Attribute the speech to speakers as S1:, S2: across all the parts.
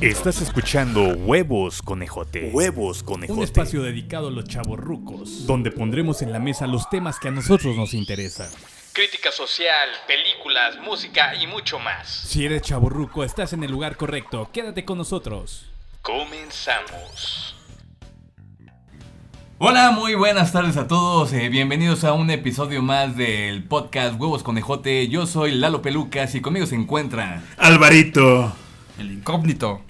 S1: Estás escuchando Huevos Conejote. Huevos Conejote.
S2: Un espacio dedicado a los chavos rucos, donde pondremos en la mesa los temas que a nosotros nos interesan.
S3: Crítica social, películas, música y mucho más.
S2: Si eres chavo ruco, estás en el lugar correcto. Quédate con nosotros.
S3: Comenzamos.
S4: Hola, muy buenas tardes a todos. eh, bienvenidos a un episodio más del podcast Huevos Conejote. Yo soy Lalo Pelucas y conmigo se encuentra.
S1: Alvarito.
S5: El incógnito,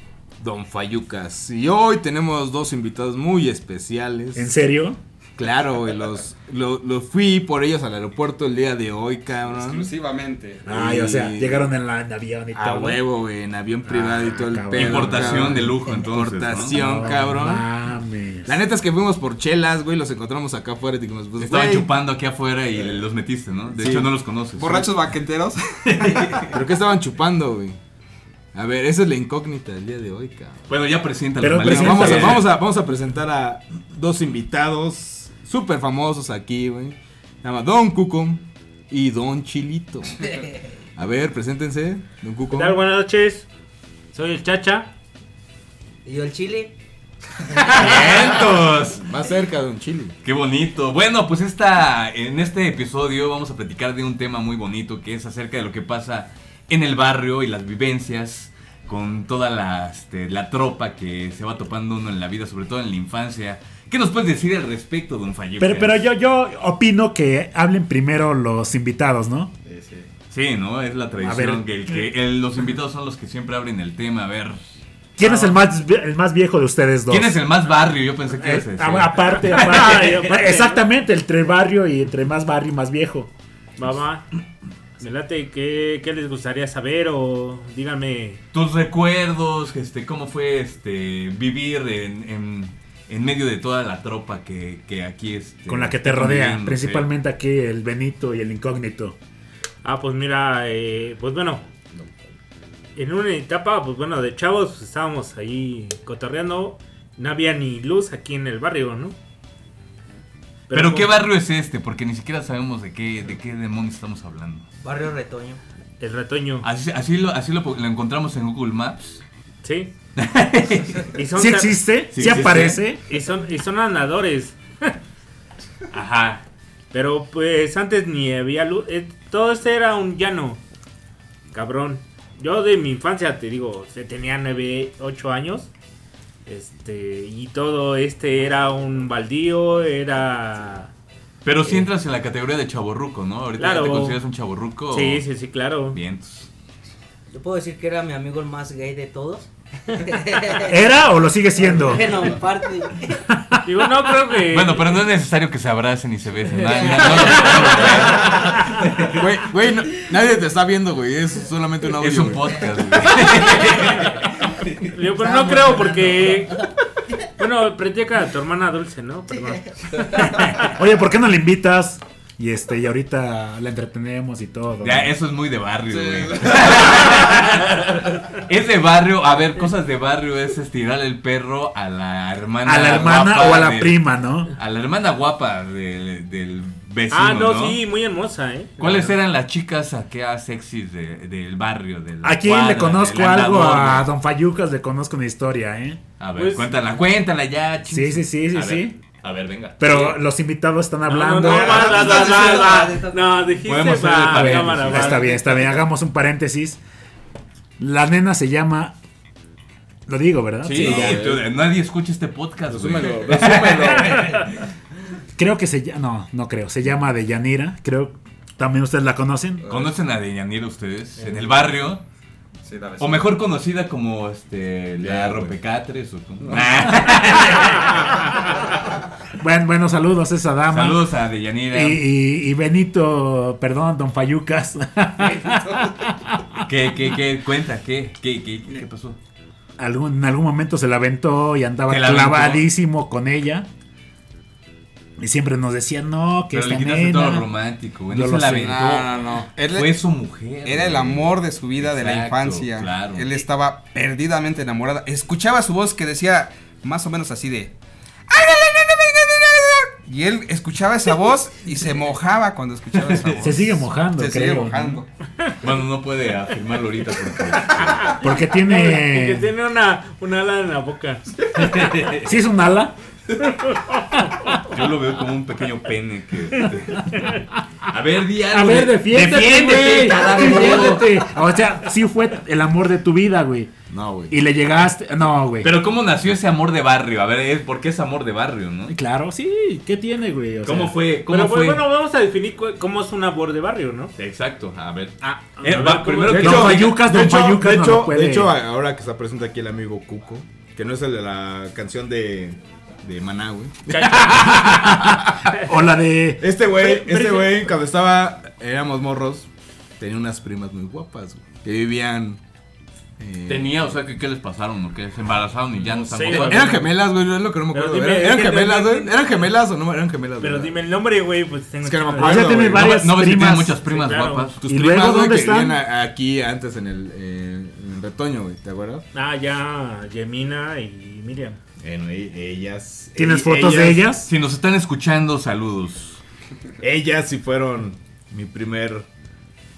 S5: Don Fayucas. Y hoy tenemos dos invitados muy especiales.
S1: ¿En serio?
S5: Claro, güey, los, lo, lo fui por ellos al aeropuerto el día de hoy, cabrón.
S6: Exclusivamente.
S1: Ay, o sea, llegaron en, la, en avión y
S5: A
S1: todo.
S5: huevo, güey, en avión privado y todo el
S1: cabrón.
S5: pedo.
S4: Importación
S5: cabrón.
S4: de lujo, entonces. ¿no?
S5: Importación,
S1: No
S5: cabrón.
S1: Mames.
S5: La neta es que fuimos por chelas, güey, los encontramos acá afuera y dijimos, pues,
S4: Estaban
S5: güey,
S4: chupando aquí afuera y los metiste, ¿no? De
S5: Sí.
S4: hecho, no los conoces.
S6: Borrachos baqueteros.
S5: ¿pero qué estaban chupando, güey? A ver, esa es la incógnita del día de hoy, cabrón.
S4: Bueno, ya presenta
S1: Pero
S5: Bueno,
S1: Presenta,
S5: vamos, a,
S1: eh.
S5: vamos, a, vamos a presentar a dos invitados súper famosos aquí, güey. Se llama Don Cuco y Don Chilito. A ver, preséntense, Don Cuco.
S7: ¿Qué tal? Buenas noches. Soy el Chacha.
S8: Y yo el chile.
S5: Más cerca, Don Chili.
S4: Qué bonito. Bueno, pues esta, en este episodio vamos a platicar de un tema muy bonito que es acerca de lo que pasa en el barrio y las vivencias con toda la, este, la tropa que se va topando uno en la vida, sobre todo en la infancia. ¿Qué nos puedes decir al respecto, don Fayuca?
S1: Pero, pero yo, yo opino que hablen primero los invitados, ¿no?
S4: Sí, ¿no? Es la
S1: A ver.
S4: tradición que, el que el- los invitados son los que siempre abren el tema. A ver,
S1: ¿Quién es el más, vi- el más viejo de ustedes dos?
S4: ¿quién es el más barrio? Yo pensé que
S1: Eh,
S4: ese. sí.
S1: a- aparte, aparte, exactamente, entre barrio y entre más barrio y más viejo.
S7: Mamá. Me late qué, qué les gustaría saber o díganme.
S4: tus recuerdos, este, cómo fue este vivir en, en, en medio de toda la tropa que, que aquí este, es.
S1: Con la que te rodea, principalmente aquí el Benito y el Incógnito.
S7: Ah, pues mira, eh, pues bueno. En una etapa, pues bueno, de chavos pues, estábamos ahí cotorreando. No había ni luz aquí en el barrio, ¿no?
S4: Pero, qué
S7: pues,
S4: barrio es este, porque ni siquiera sabemos de qué, de qué demonios estamos hablando.
S8: Barrio Retoño.
S7: El retoño.
S4: Así, así lo, así lo, lo encontramos en Google Maps.
S7: Sí. y, son
S1: ¿Sí
S7: ta-
S1: existe? ¿Sí,
S4: Sí existe.
S1: aparece?
S7: y son y son andadores.
S4: Ajá.
S7: Pero pues antes ni había luz. eh, todo este era un llano. Cabrón. Yo de mi infancia, te digo, se tenía 9, 8 años. Este, y todo este era un baldío, era...
S4: Pero si entras en la categoría de chaborruco, ¿no? Ahorita ya te
S7: Claro.
S4: consideras un chaborruco.
S7: Sí, sí, sí, claro.
S4: Vientos.
S8: Yo puedo decir que era mi amigo el más gay de todos.
S1: ¿Era o lo sigue siendo?
S8: Bueno, parte.
S7: Digo, no creo que...
S5: Eh,
S4: Bueno, pero no es necesario que se abracen y se besen. ¿no? Ya, no lo-
S5: Güey, güey, no- nadie te está viendo, güey. Es solamente un audio.
S4: es un
S5: güey.
S4: podcast. güey.
S7: Digo, pero no creo porque... Bueno, predica a tu hermana dulce, ¿no? Perdón.
S1: Oye, ¿por qué no le invitas? Y este, y ahorita la entretenemos y todo.
S4: Ya, eso es muy de barrio,
S6: Sí.
S4: güey. es de barrio, a ver, cosas de barrio es estirar el perro a la hermana.
S1: a la hermana
S4: guapa
S1: o a la
S4: del-
S1: prima, ¿no?
S4: A la hermana guapa del, del vecino.
S7: Ah, no,
S4: ¿no?
S7: sí, muy hermosa, ¿eh?
S4: ¿Cuáles eran las chicas saqueas sexys de- del barrio? De la
S1: Aquí
S4: cuadra,
S1: le conozco
S4: del
S1: algo
S4: andador,
S1: a
S4: güey?
S1: Don Fayucas, le conozco una historia, ¿eh?
S4: A ver,
S7: Pues-
S4: cuéntala, cuéntala ya, chis.
S1: Sí, sí, sí, sí,
S4: a
S1: sí.
S4: Ver, a ver, venga.
S1: Pero los invitados están
S7: No, no,
S1: hablando.
S7: no, va, va, va, va, va. Ah, no dijiste
S4: Podemos hacer el
S7: va,
S1: A ver,
S7: cámara, va.
S1: Pues, está bien, está bien. Hagamos un paréntesis. La nena se llama. Lo digo, ¿verdad?
S4: Sí,
S1: ya.
S4: tú- nadie escucha este podcast. güey.
S5: Resúmelo, resúmelo.
S1: Creo que se llama. No, no creo. Se llama Deyanira. Creo. También ustedes la conocen.
S4: ¿Conocen a Deyanira ustedes?
S5: Eh.
S4: En el barrio.
S6: Sí, la
S4: O mejor conocida como este la
S5: Ya, güey.
S4: rompecatres o como- Ah,
S1: Bueno, buenos saludos, esa dama.
S4: Saludos a Deyanira,
S1: Y, y- y Benito, perdón, Don Fayucas.
S4: ¿Qué, qué, qué? Cuenta, ¿qué? ¿Qué, qué, qué pasó?
S1: algún, en algún momento se la aventó y andaba
S4: ¿Se la aventó?
S1: clavadísimo con ella. Y siempre nos decía, no, que
S4: Pero le
S1: esta
S4: quitaste
S1: nena.
S4: todo lo romántico, güey. No
S1: Yo
S4: se
S1: lo
S4: la
S1: sé. Ah.
S4: aventó.
S5: No, no, no. Él-
S4: Fue su mujer.
S5: Era el
S4: güey.
S5: amor de su vida, de la
S4: Exacto,
S5: infancia.
S4: claro.
S5: Él estaba perdidamente enamorada. Escuchaba su voz que decía más o menos así de...
S9: Y él escuchaba esa voz y se mojaba cuando escuchaba esa voz.
S1: Se sigue mojando,
S9: Se sigue
S1: creo, ¿no?
S9: mojando.
S4: Bueno, no puede afirmarlo ahorita porque.
S1: Porque
S7: Y que
S1: tiene.
S7: tiene una, una ala en la boca.
S1: Sí, es un ala.
S4: Yo lo veo como un pequeño pene que. este, A ver, di algo.
S1: A ver, defiéndete.
S4: Defiéndete,
S1: güey.
S4: carajo.
S1: Defiéndete. O sea, sí fue el amor de tu vida, güey.
S5: No, güey.
S1: Y le llegaste. No, güey.
S4: Pero ¿cómo nació ese amor de barrio? A ver, es- ¿por qué es amor de barrio, no?
S1: Claro, sí. ¿Qué tiene, güey? O
S4: ¿Cómo
S1: sea,
S4: fue? ¿Cómo
S7: Pero pues,
S4: fue?
S7: bueno, vamos a definir cu- cómo es un amor de barrio, ¿no?
S4: Exacto, a ver.
S7: Ah,
S4: Eh,
S7: a ver,
S4: va,
S7: ¿cómo-
S4: primero
S7: de
S4: que-
S1: Don
S4: No,
S1: Fayucas,
S5: De
S1: Don
S5: hecho,
S1: Fayucas
S5: de
S1: no
S5: hecho-
S1: lo puede.
S5: de hecho, ahora que se presenta aquí el amigo Cuco, que no es el de la canción de, de Maná, güey.
S1: o la de.
S5: Este güey,
S7: Pre-
S5: este
S7: pre-
S5: güey, cuando estaba, éramos morros, tenía unas primas muy guapas, güey, que vivían... eh,
S4: Tenía, o sea, ¿qué, qué les pasaron? ¿O qué? ¿Se embarazaron y ya no están
S7: sé,
S4: juntos?
S7: güey.
S5: Eran gemelas, güey, es lo que no me
S7: Pero
S5: acuerdo.
S7: dime,
S5: eran, eran
S7: es que-
S5: gemelas, güey. ¿Eran gemelas o no eran gemelas?
S7: Pero
S5: güey?
S7: dime el nombre, güey, pues tengo
S5: Es que no me
S7: chido.
S1: O
S5: acuerdo.
S1: sea, tiene
S5: güey.
S1: varias
S4: no, ves que tienen
S1: primas.
S4: muchas primas
S7: Sí, claro.
S4: guapas.
S5: Tus
S1: ¿Y
S5: primas,
S1: luego
S5: güey,
S1: dónde
S5: que
S1: están?
S5: vivían a- aquí antes en el eh, en retoño, güey, ¿te acuerdas?
S7: Ah, ya, Yemina y Miriam.
S5: Bueno, e- ellas.
S1: ¿Tienes
S5: e-
S1: fotos de ellas?
S4: Si nos están escuchando, saludos.
S5: Ellas sí fueron mi primer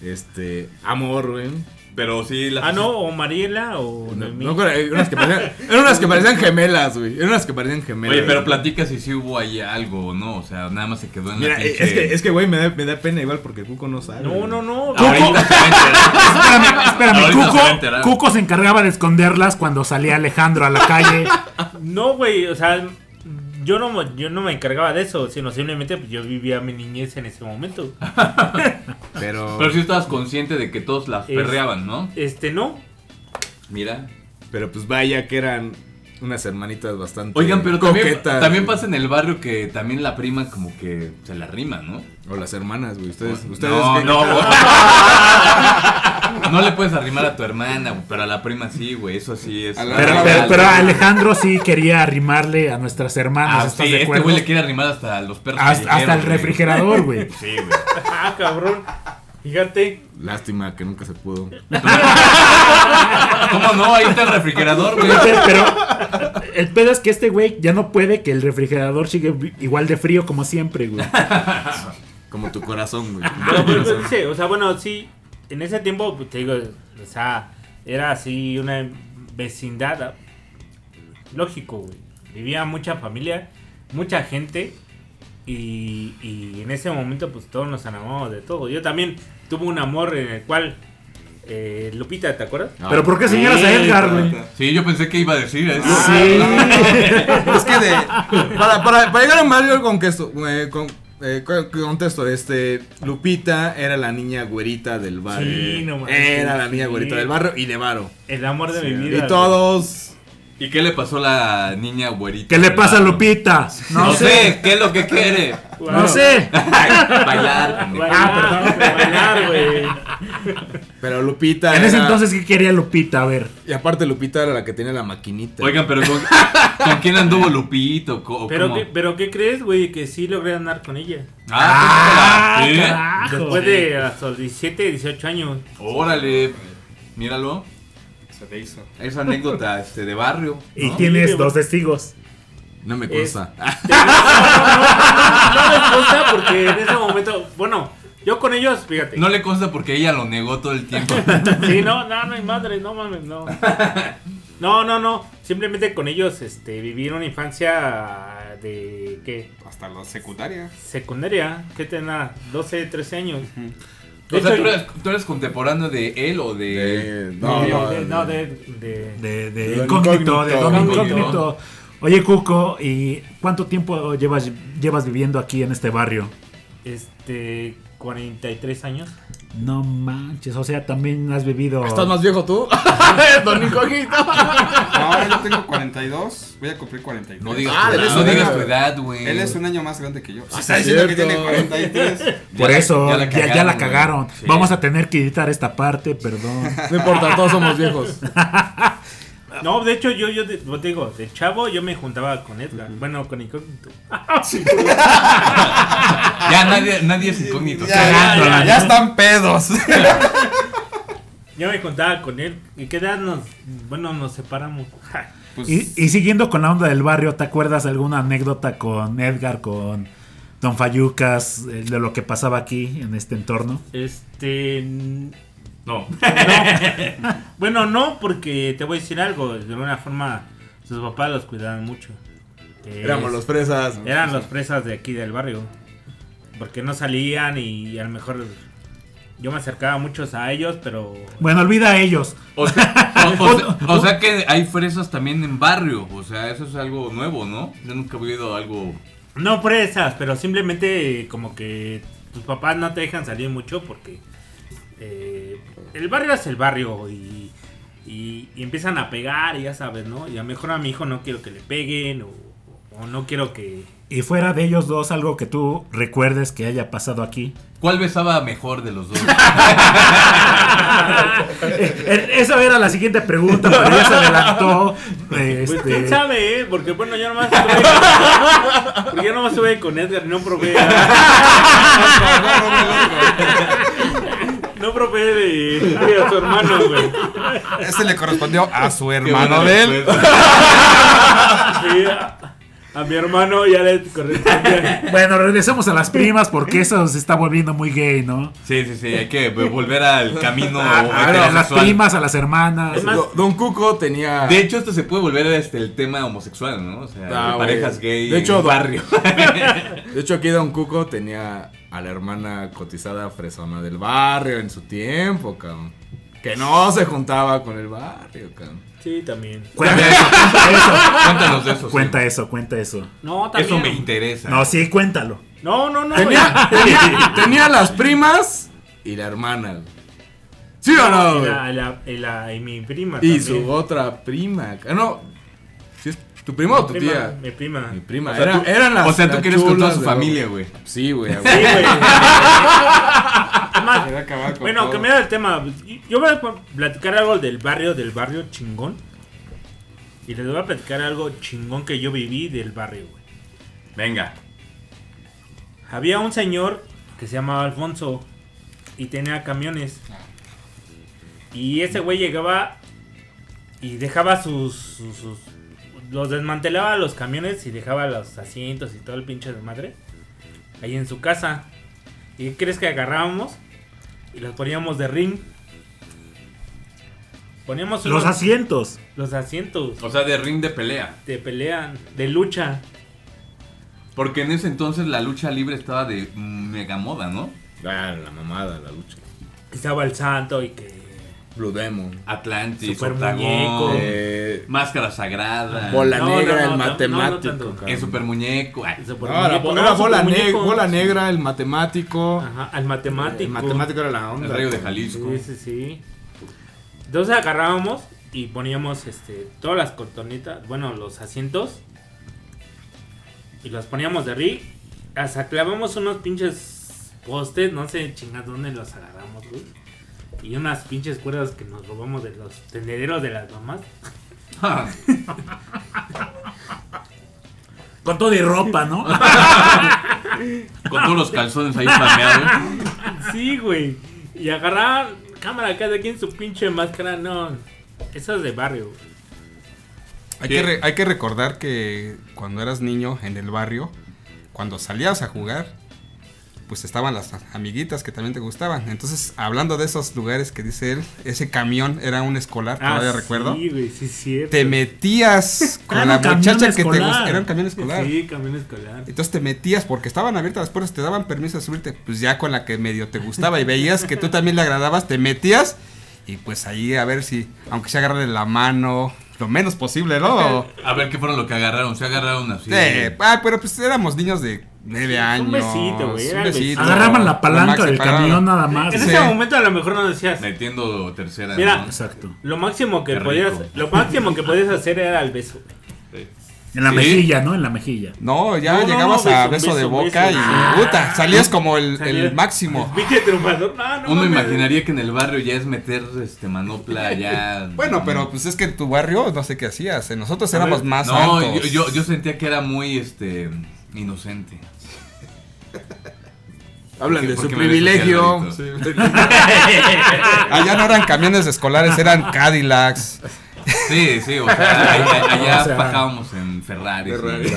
S5: este amor, güey.
S4: Pero sí, las...
S7: Ah, no, o Mariela o
S5: No,
S7: Noemí.
S5: no, güey, eran unas que parecían, eran unas que parecían gemelas, güey. Eran unas que parecían gemelas.
S4: Oye, pero
S5: güey.
S4: platica si sí hubo ahí algo o no. O sea, nada más se quedó en
S5: Mira,
S4: la
S5: eh,
S4: pinche-
S5: es que, es que, güey, me da, me da pena igual porque Cuco no sabe.
S7: No,
S5: güey.
S7: no, no. Ah,
S4: Ahorita se va a enterar.
S1: Espérame, espérame.
S4: Ahorita se va a
S1: Cuco,
S4: enterar.
S1: Cuco se encargaba de esconderlas cuando salía Alejandro a la calle.
S4: Ah,
S7: No, güey, o sea, yo no, mo- yo no me encargaba de eso, sino simplemente pues, yo vivía mi niñez en ese momento.
S5: Pero,
S4: Pero
S5: pero,
S4: sí estabas consciente de que todos las
S7: Es-
S4: perreaban, ¿no?
S7: Este, no.
S4: Mira.
S5: pues vaya que eran unas hermanitas bastante.
S4: Oigan, pero también,
S5: coquetas,
S4: también
S5: güey.
S4: pasa en el barrio que también la prima como que se la rima, ¿no?
S5: O las hermanas, güey. Ustedes, ustedes.
S4: no,
S5: ¿qué-
S4: no, güey. No le puedes arrimar a tu hermana, güey, pero a la prima sí, güey. Eso sí es.
S5: A la-
S1: Pero,
S5: Ah,
S1: pero-
S5: vale.
S1: pero Alejandro sí quería arrimarle a nuestras hermanas.
S4: Ah, sí,
S1: ¿estás de
S4: este
S1: acuerdo?
S4: güey le quiere arrimar hasta los perros.
S1: hasta, hasta el
S4: callejeros, güey.
S1: refrigerador, güey.
S4: Sí, güey.
S7: Ah, cabrón. Fíjate.
S5: Lástima que nunca se pudo.
S4: ¿Cómo no? Ahí está el refrigerador, güey.
S1: Pero, pero el pedo es que este güey ya no puede que el refrigerador sigue vi- igual de frío como siempre, güey.
S5: Como tu corazón, güey.
S7: Pero, pero, pero, sí, o sea, bueno, sí, en ese tiempo, pues, te digo, o sea, era así una vecindad. ah, Lógico, güey. Vivía mucha familia, mucha gente. Y, y en ese momento, pues todos nos enamoramos de todo. Yo también tuve un amor en el cual. eh, Lupita, ¿te acuerdas?
S1: Pero ¿por qué señalas a Edgar, güey?
S4: Sí, yo pensé que iba a decir eso.
S1: Sí.
S5: Es que de. Para, para, para llegar a Mario con que esto. eh, con, eh, con- contesto, este. Lupita era la niña güerita del barrio.
S7: Sí, no mames.
S5: Era la niña
S7: Sí.
S5: güerita del barrio y de varo.
S7: El amor de mi vida.
S5: Y todos.
S4: ¿Y qué le pasó a la niña güerita?
S1: ¿Qué le pasa a Lupita?
S4: No, sé, ¿qué es lo que quiere?
S7: güey.
S1: No sé.
S4: Bailar. pendejo.
S1: Ah,
S7: Bailar, bailar, güey.
S5: Pero Lupita.
S1: En ese
S5: era-
S1: entonces, ¿qué quería Lupita? A ver.
S5: Y aparte, Lupita era la que tenía la maquinita.
S4: Oigan, pero ¿con, con quién anduvo Lupito? Co-
S7: Pero,
S4: cómo?
S7: ¿qué, pero ¿qué crees, güey? Que sí logré andar con ella.
S4: Ah, ¿qué?
S1: carajo.
S7: Después de hasta los 17, 18 años.
S4: Órale. Míralo.
S6: Se te hizo.
S4: Esa anécdota este, de barrio.
S1: Y
S4: ¿no?
S1: tienes dos testigos.
S5: No me consta. Ah,
S7: No me gusta porque en ese momento, bueno, yo con ellos, fíjate.
S4: No le consta porque ella lo negó todo el tiempo.
S7: Sí, no, no, no hay madre, no mames, no. No, no, no. Simplemente con ellos este, vivir una infancia de. ¿Qué?
S6: Hasta la secundaria.
S7: Secundaria. ¿Qué tenía? 12, 13 años. De
S4: O sea,
S7: hecho,
S4: ¿tú eres, tú eres contemporáneo de él o de.
S5: Eh,
S7: No,
S5: no,
S7: de- de-
S5: no,
S7: no, de. de-
S1: De, de
S5: Del
S1: incógnito,
S5: incógnito,
S1: de don
S4: incógnito.
S1: incógnito. Oye, Cuco, ¿y cuánto tiempo llevas, llevas viviendo aquí en este barrio?
S7: Este. 43 años.
S1: No manches, o sea, también has vivido.
S4: Ah,
S5: ¿Estás más viejo tú? Don Incógnito.
S6: Ahora yo tengo 42. Voy a cumplir 42.
S4: No digas,
S5: Ah,
S4: tu,
S5: él es
S4: no
S5: un
S4: digas
S5: año-
S4: tu edad, güey.
S6: Él es un año más grande que yo.
S5: Ah,
S6: Está
S5: sí,
S6: diciendo que
S5: cierto.
S6: tiene 43.
S1: Por
S4: Ya-
S1: eso, ya,
S4: ya
S1: ya la
S4: la cagaron, güey.
S1: cagaron.
S4: Sí.
S1: Vamos a tener que editar esta parte, perdón.
S5: No importa, todos somos viejos.
S7: No, de hecho, yo, yo de- yo te digo, de chavo yo me juntaba con Edgar. Bueno, con Incógnito.
S2: Ah.
S4: Ya nadie, nadie es incógnito.
S6: Ya, ya, ya, ya están pedos.
S7: Yo me juntaba con él. ¿Y qué edad nos.? Bueno, nos separamos.
S6: Pues,
S1: Y, y siguiendo con la onda del barrio, ¿te acuerdas alguna anécdota con Edgar, con Don Fayucas, eh, de lo que pasaba aquí en este entorno.
S7: Este. n-
S4: No.
S7: Bueno, no, porque te voy a decir algo. De alguna forma, sus papás los cuidaban mucho. Eh,
S5: Éramos los presas.
S7: Eran los presas de aquí del barrio. Porque no salían y a lo mejor yo me acercaba muchos a ellos, pero.
S1: Bueno, olvida a ellos.
S4: O sea, o- o sea- o sea que hay fresas también en barrio. O sea, eso es algo nuevo, ¿no? Yo nunca he oído algo.
S7: No presas, pero simplemente como que tus papás no te dejan salir mucho porque eh, el barrio es el barrio y, y- y empiezan a pegar y ya sabes, ¿no? Y a lo mejor a mi hijo no quiero que le peguen o, o no quiero que...
S1: Y fuera de ellos dos, algo que tú recuerdes que haya pasado aquí.
S4: ¿Cuál besaba mejor de los dos?
S1: Eh, Esa era la siguiente pregunta, pero ya se adelantó. eh,
S7: Pues
S1: este,
S7: quién sabe, ¿eh? Porque bueno, yo nomás estuve... porque yo nomás estuve con Edgar y no probé... No probé de, de a su hermano, güey.
S9: Ese Este le correspondió a su
S4: Qué
S9: hermano
S4: buena
S9: de
S5: pues.
S9: él.
S4: respuesta.
S7: Sí, a, a mi hermano ya le correspondía.
S1: Bueno, regresemos a las primas porque eso se está volviendo muy gay, ¿no?
S4: Sí, sí, sí. Hay que volver al camino
S1: A
S4: heterosexual.
S1: las primas, a las hermanas.
S7: Es más,
S5: Do- Don Cuco tenía.
S4: De hecho, esto se puede volver este, el tema homosexual, ¿no? O sea,
S5: Ah,
S4: de
S5: güey.
S4: parejas gay.
S5: De hecho,
S4: en
S5: don-
S4: barrio.
S5: De hecho, aquí Don Cuco tenía a la hermana cotizada fresona del barrio en su tiempo, cabrón. Que no se juntaba con el barrio, cabrón.
S7: Sí, también.
S1: Cuenta eso, cuenta eso.
S4: Cuéntanos de eso. sí. Ah.
S1: Cuenta eso, cuenta eso.
S7: No, también.
S4: Eso me interesa.
S1: No, sí, cuéntalo.
S7: No, no, no.
S5: Tenía,
S7: güey.
S5: tenía, tenía las primas y la hermana. güey. ¿Sí o no?
S7: Y
S5: güey?
S7: la- la- y la- y mi prima.
S5: Y
S7: también.
S5: su otra prima. ca- No. ¿sí es ¿Tu prima o tu
S7: Prima,
S5: tía?
S7: Mi prima.
S5: Mi prima.
S4: O sea,
S5: Era-
S4: tú-
S5: eran las
S4: O sea, tú
S5: las
S4: quieres con toda
S5: chulas
S4: su
S5: de-
S4: familia, güey.
S5: Sí, güey. a
S7: Sí,
S5: huevo.
S7: güey. Además,
S6: Quería acabar con
S7: bueno,
S6: todo.
S7: cambiando el tema. Yo voy a platicar algo del barrio, del barrio chingón. Y les voy a platicar algo chingón que yo viví del barrio, güey.
S4: Venga.
S7: Había un señor que se llamaba Alfonso y tenía camiones.
S6: Ah.
S7: Y ese güey llegaba y dejaba sus, sus- sus- Los desmantelaba los camiones y dejaba los asientos y todo el pinche de madre. Ahí en su casa. ¿Y qué crees que agarrábamos? Y los poníamos de ring. Poníamos
S1: Los
S7: unos-
S1: asientos.
S7: los asientos
S4: O sea, de ring de pelea.
S7: de pelea, de lucha.
S4: Porque en ese entonces la lucha libre estaba de mega moda, ¿no?
S5: Ah, la mamada, la lucha.
S7: Que estaba el santo y que
S5: Blue Demon.
S4: Atlantis,
S7: Super
S4: Octagón,
S7: muñeco.
S5: Eh,
S4: Máscara Sagrada,
S5: bola
S7: Oh. No, no,
S5: negra,
S7: no, no,
S5: el
S7: no, no
S5: matemático.
S7: tanto.
S5: cabrón.
S4: el Super Muñeco. ay,
S7: Super
S5: No, era,
S7: muñeco,
S5: era
S7: no,
S5: bola,
S7: super
S5: neg-
S7: muñeco.
S5: bola negra, el matemático. Eh,
S7: Ajá, al matemático.
S5: El matemático era la onda.
S4: el Rayo de Jalisco.
S7: Sí, sí, sí. Entonces agarrábamos y poníamos este, todas las cortonitas, bueno, los asientos. Y los poníamos de rig. Hasta clavábamos unos pinches postes, no sé chingas dónde los agarramos, güey. Y unas pinches cuerdas que nos robamos de los tendederos de las mamás.
S4: Ah,
S1: Con todo y ropa, ¿no?
S4: Ah, Con todos los calzones ahí flameados.
S7: Sí, güey. Y agarrar cámara cada quien su pinche máscara, no. Eso es de barrio. güey.
S9: Hay que, re- hay que recordar que cuando eras niño en el barrio, cuando salías a jugar, pues estaban las amiguitas que también te gustaban. Entonces, hablando de esos lugares que dice él, ese camión era un escolar, todavía recuerdo.
S7: Ah, Sí, güey, sí, es cierto.
S9: Te metías
S1: Ah, Era
S9: con
S1: un
S9: la
S1: camión
S9: muchacha que te
S1: escolar.
S9: gustaba. Era un camión escolar.
S7: Sí, camión escolar.
S9: Entonces te metías porque estaban abiertas las puertas, te daban permiso de subirte, pues ya con la que medio te gustaba y veías que tú también le agradabas, te metías y pues ahí a ver si, aunque sea agarrarle la mano, lo menos posible, ¿no? O-
S4: A ver qué fueron lo que agarraron. Se agarraron así.
S9: Sí, ah, pero pues éramos niños de nueve años.
S7: un besito, güey, era
S9: un
S7: el besito.
S9: besito.
S1: Agarraban la palanca
S9: Max se
S1: del
S9: paraba.
S1: camión nada más.
S7: en
S9: Sí.
S7: ese momento a lo mejor no decías.
S4: Metiendo tercera.
S7: Mira.
S4: ¿no?
S1: Exacto.
S7: Lo máximo que
S4: Qué rico.
S7: podías, lo máximo que podías hacer era el beso. güey.
S1: En la
S4: Sí.
S1: mejilla, ¿no? En la mejilla.
S9: No, ya
S7: No, no,
S9: llegabas
S7: no,
S9: a
S7: beso,
S9: beso, de
S7: beso,
S9: boca
S7: beso.
S9: y
S7: Ah.
S9: puta, salías como el,
S7: Salía-
S9: el máximo.
S7: Pinche triunfador. No, no
S4: Uno
S7: mames.
S4: imaginaría que en el barrio ya es meter este manopla ya.
S9: Bueno, pero pues es que en tu barrio no sé qué hacías, eh, nosotros
S7: A ver,
S9: éramos más
S4: No, yo,
S9: altos.
S4: yo, yo sentía que era muy este inocente.
S5: Hablan
S4: ¿Por
S5: de
S4: qué-
S5: su
S4: por qué me ves
S5: privilegio.
S4: así,
S9: Allá Ah, no eran camiones escolares, eran Cadillacs.
S4: Sí, sí, o sea, allá, allá
S1: O sea,
S4: bajábamos en Ferrari.
S5: Ferrari.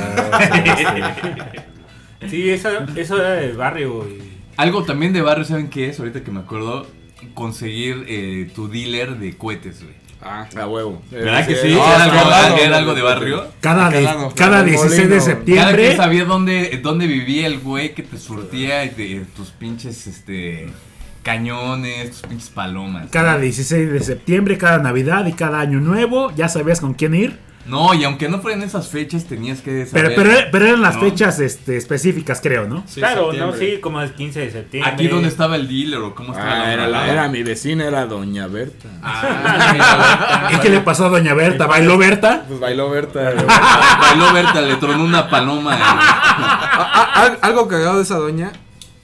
S7: Sí, eso, eso era del barrio, güey.
S4: Algo también de barrio, ¿saben qué es? Ahorita que me acuerdo, conseguir eh, tu dealer de cohetes, güey.
S9: Ah,
S5: A huevo.
S4: ¿Verdad que Eh, sí?
S5: No,
S4: era, algo,
S5: claro.
S4: era algo de barrio.
S1: Cada, de-
S9: Calado.
S1: cada
S5: El
S1: 16 de
S5: molino.
S4: Cada quien
S1: septiembre.
S4: sabía dónde, dónde vivía el güey que te surtía y te- tus pinches este cañones, tus pinches palomas.
S1: Cada 16 de septiembre, cada Navidad y cada Año Nuevo, ya sabías con quién ir.
S4: No, y aunque no fueran esas fechas, tenías que
S1: Pero,
S4: saber.
S1: pero, pero eran las
S4: No.
S1: fechas este, específicas, creo, ¿no?
S5: Sí,
S7: claro,
S5: septiembre.
S7: no, sí, como el 15 de septiembre.
S4: Aquí dónde estaba el dealer o cómo estaba
S5: Ah,
S4: la
S5: era, la-
S4: mamada.
S5: era mi vecina, era Doña Berta.
S4: Ah, mira,
S1: ¿Y qué le pasó a Doña Berta? ¿Bailó Berta?
S5: Pues bailó Berta. güey.
S4: Bailó Berta, le tronó una paloma. eh.
S5: A- a- ah, algo cagado de esa doña,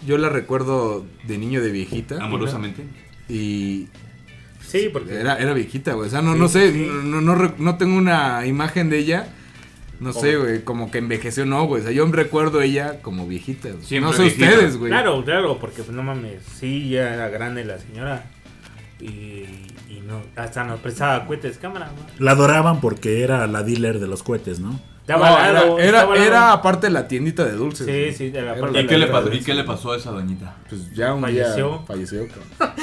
S5: yo la recuerdo de niño de
S4: ¿Eh?
S5: viejita.
S4: Amorosamente.
S5: Y
S7: Sí, porque
S5: era, era viejita, güey. O sea, no, no sé, no, no, re- no tengo una imagen de ella. No sé, güey, como que envejeció, no, güey. O sea, yo me recuerdo ella como viejita. güey.
S4: Siempre
S5: no sé
S4: viejita.
S5: ustedes, güey.
S7: Claro, claro, porque pues no mames, sí, ya era grande la señora. Y, y no, hasta nos prestaba cohetes, cámara, güey.
S1: La adoraban porque era la dealer de los cohetes, ¿no?
S7: Estaba
S5: No,
S7: al lado,
S5: era,
S7: estaba al
S5: era,
S7: lado.
S5: era aparte la tiendita de dulces.
S7: Sí,
S5: güey.
S7: sí, de la
S5: Era
S7: parte
S4: ¿Y
S7: de
S4: qué, le
S5: tiendita
S4: pasó,
S5: de
S4: ¿Y qué
S5: dulces.
S4: le pasó a esa doñita?
S5: Pues ya un día
S7: Falleció.
S5: falleció. cabrón.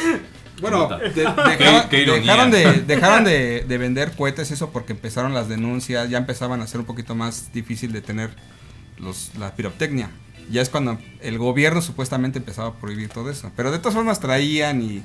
S6: Bueno,
S4: Puta.
S6: de-
S4: Qué,
S9: Dejaron,
S4: qué ironía.
S9: dejaron de, dejaron de, de vender cohetes eso porque empezaron las denuncias, ya empezaban a ser un poquito más difícil de tener los, la pirotecnia. Ya es cuando el gobierno supuestamente empezaba a prohibir todo eso. Pero de todas formas traían y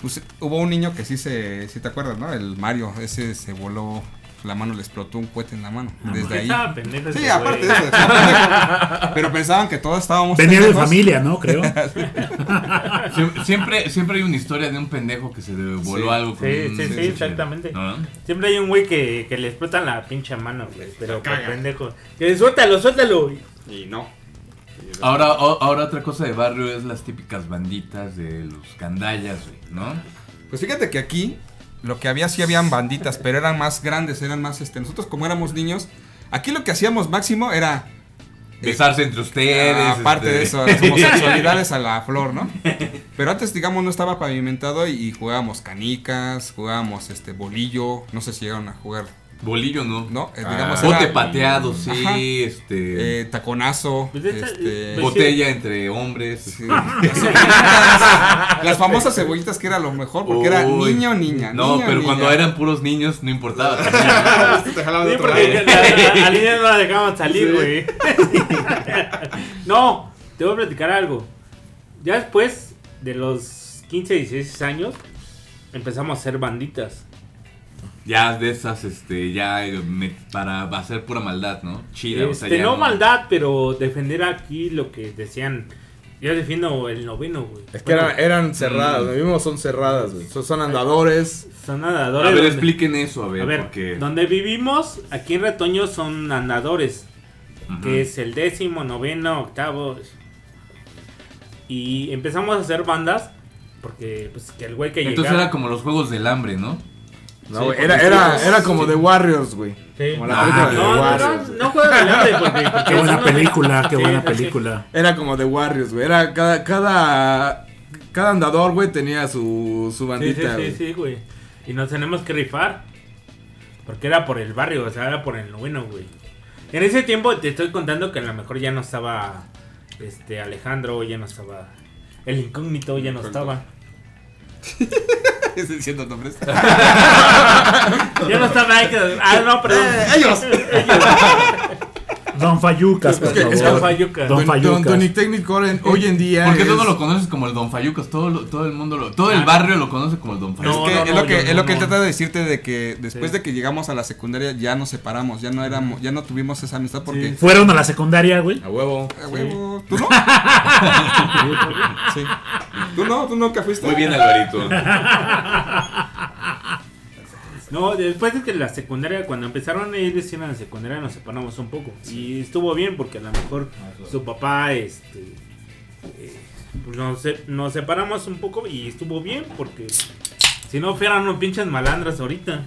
S9: pues, hubo un niño que sí se, si te acuerdas, ¿no? El Mario, ese se voló la mano, le explotó un cohete en la mano. Desde ahí.
S7: Estaba pendejo ese
S9: Sí,
S7: güey.
S9: aparte de eso. de- Pero pensaban que todos estábamos.
S1: Venía de
S9: pendejos.
S1: familia, ¿no? Creo.
S4: Siem- Siempre, siempre hay una historia de un pendejo que se le voló
S9: Sí.
S4: algo. con
S7: Sí,
S4: un-
S7: sí, sí,
S4: chido.
S7: exactamente.
S4: ¿No?
S7: Siempre hay un güey que, que le explotan la pinche mano, güey, pero por pendejo. Que, suéltalo, suéltalo.
S9: Y no.
S4: Ahora, o- ahora otra cosa de barrio es las típicas banditas de los candallas, güey, ¿no?
S9: Pues fíjate que aquí lo que había sí habían banditas, pero eran más grandes, eran más este. Nosotros como éramos niños, aquí lo que hacíamos máximo era
S4: Besarse entre ustedes.
S9: ah, aparte
S4: Ah, este,
S9: de eso, las homosexualidades a la flor, ¿no? Pero antes digamos no estaba pavimentado y, y jugábamos canicas, jugábamos este bolillo, no sé si llegaron a jugar,
S4: Bolillo, ¿no?
S9: ¿no? Eh,
S5: Ah.
S9: digamos
S4: Bote
S9: era,
S4: pateado, sí,
S9: Ajá.
S4: este.
S9: eh, taconazo,
S7: Pues esa-
S9: este,
S7: pues-
S4: botella entre hombres.
S9: sí, las cebollitas, las famosas cebollitas que era lo mejor porque era
S4: Uy.
S9: niño niña.
S4: No,
S9: niño,
S4: pero
S9: niña.
S4: cuando eran puros niños no importaba. también, ¿no?
S6: te jalaban de
S7: Sí,
S6: otro
S7: porque
S6: lado.
S7: la- la- a Lina no la dejaban salir,
S6: Sí.
S7: güey. no, te voy a platicar algo. Ya después de los 15, 16 años, empezamos a ser banditas.
S4: Ya de esas, este, ya eh, me- para hacer pura maldad, ¿no? Chida, o sea,
S7: Este,
S4: ya
S7: no maldad, pero defender aquí lo que decían. Yo defiendo el noveno, güey.
S5: Es que eran, eran cerradas, lo mismo son cerradas, güey. Son, son andadores.
S7: Son
S4: A
S7: nadadores.
S4: ver,
S7: donde-
S4: expliquen eso, a ver,
S7: a ver,
S4: porque.
S7: donde vivimos, aquí en Retoño son nadadores.
S4: Ujú.
S7: que es el décimo, noveno, octavo. Y empezamos a hacer bandas porque pues que el güey que
S4: Entonces
S7: llegaba-
S4: era como los juegos del hambre, ¿no?
S5: No, güey, era, era, era como The Warriors, güey.
S7: Sí.
S5: Como
S7: No,
S5: la
S4: Ah,
S5: película de
S7: no, no,
S5: Warriors.
S7: no juegas al hambre porque, porque
S1: Qué
S7: eso
S1: buena
S7: no-
S1: película, qué
S7: Sí,
S1: buena
S7: sí, sí.
S1: película.
S5: Era como The Warriors, güey. Era cada, cada, cada andador, güey, tenía su, su
S7: Sí, sí,
S5: bandita,
S7: sí,
S5: güey.
S7: sí, güey. Y nos tenemos que rifar. Porque era por el barrio, o sea, era por el noveno, güey. En ese tiempo te estoy contando que a lo mejor ya no estaba este Alejandro, ya no estaba el incógnito, ya no estaba.
S9: Estoy diciendo nombres.
S7: Ya no estaba. Ah, no, perdón.
S9: Eh, Ellos.
S1: Don Fayucas, por
S5: Es que- es que-
S1: favor.
S7: Don Fayucas.
S1: Don Fayucas.
S5: Tony Technic Coren, hoy en día.
S4: Porque tú
S5: es-
S4: no lo conoces como el Don Fayucas, todo, lo- todo el mundo lo, todo el barrio lo conoce como el Don Fayucas.
S7: Ah. No,
S9: es
S7: no,
S9: que es
S7: no,
S9: lo que,
S7: yo
S9: es
S7: no,
S9: lo que
S7: no.
S9: trata de decirte de que después
S7: Sí.
S9: de que llegamos a la secundaria ya nos separamos, ya no éramos, ya no tuvimos esa amistad porque
S7: Sí.
S1: Fueron a la secundaria, güey.
S5: A huevo.
S9: Ah, huevo, tú no. Sí. Tú no, tú nunca fuiste.
S4: Muy bien, Alvarito.
S7: No, después de que la secundaria, cuando empezaron a ir recién a la secundaria, nos separamos un poco. Y estuvo bien porque a lo mejor su papá, este. eh, nos, se- nos separamos un poco y estuvo bien porque si no fueran unos pinches malandras ahorita.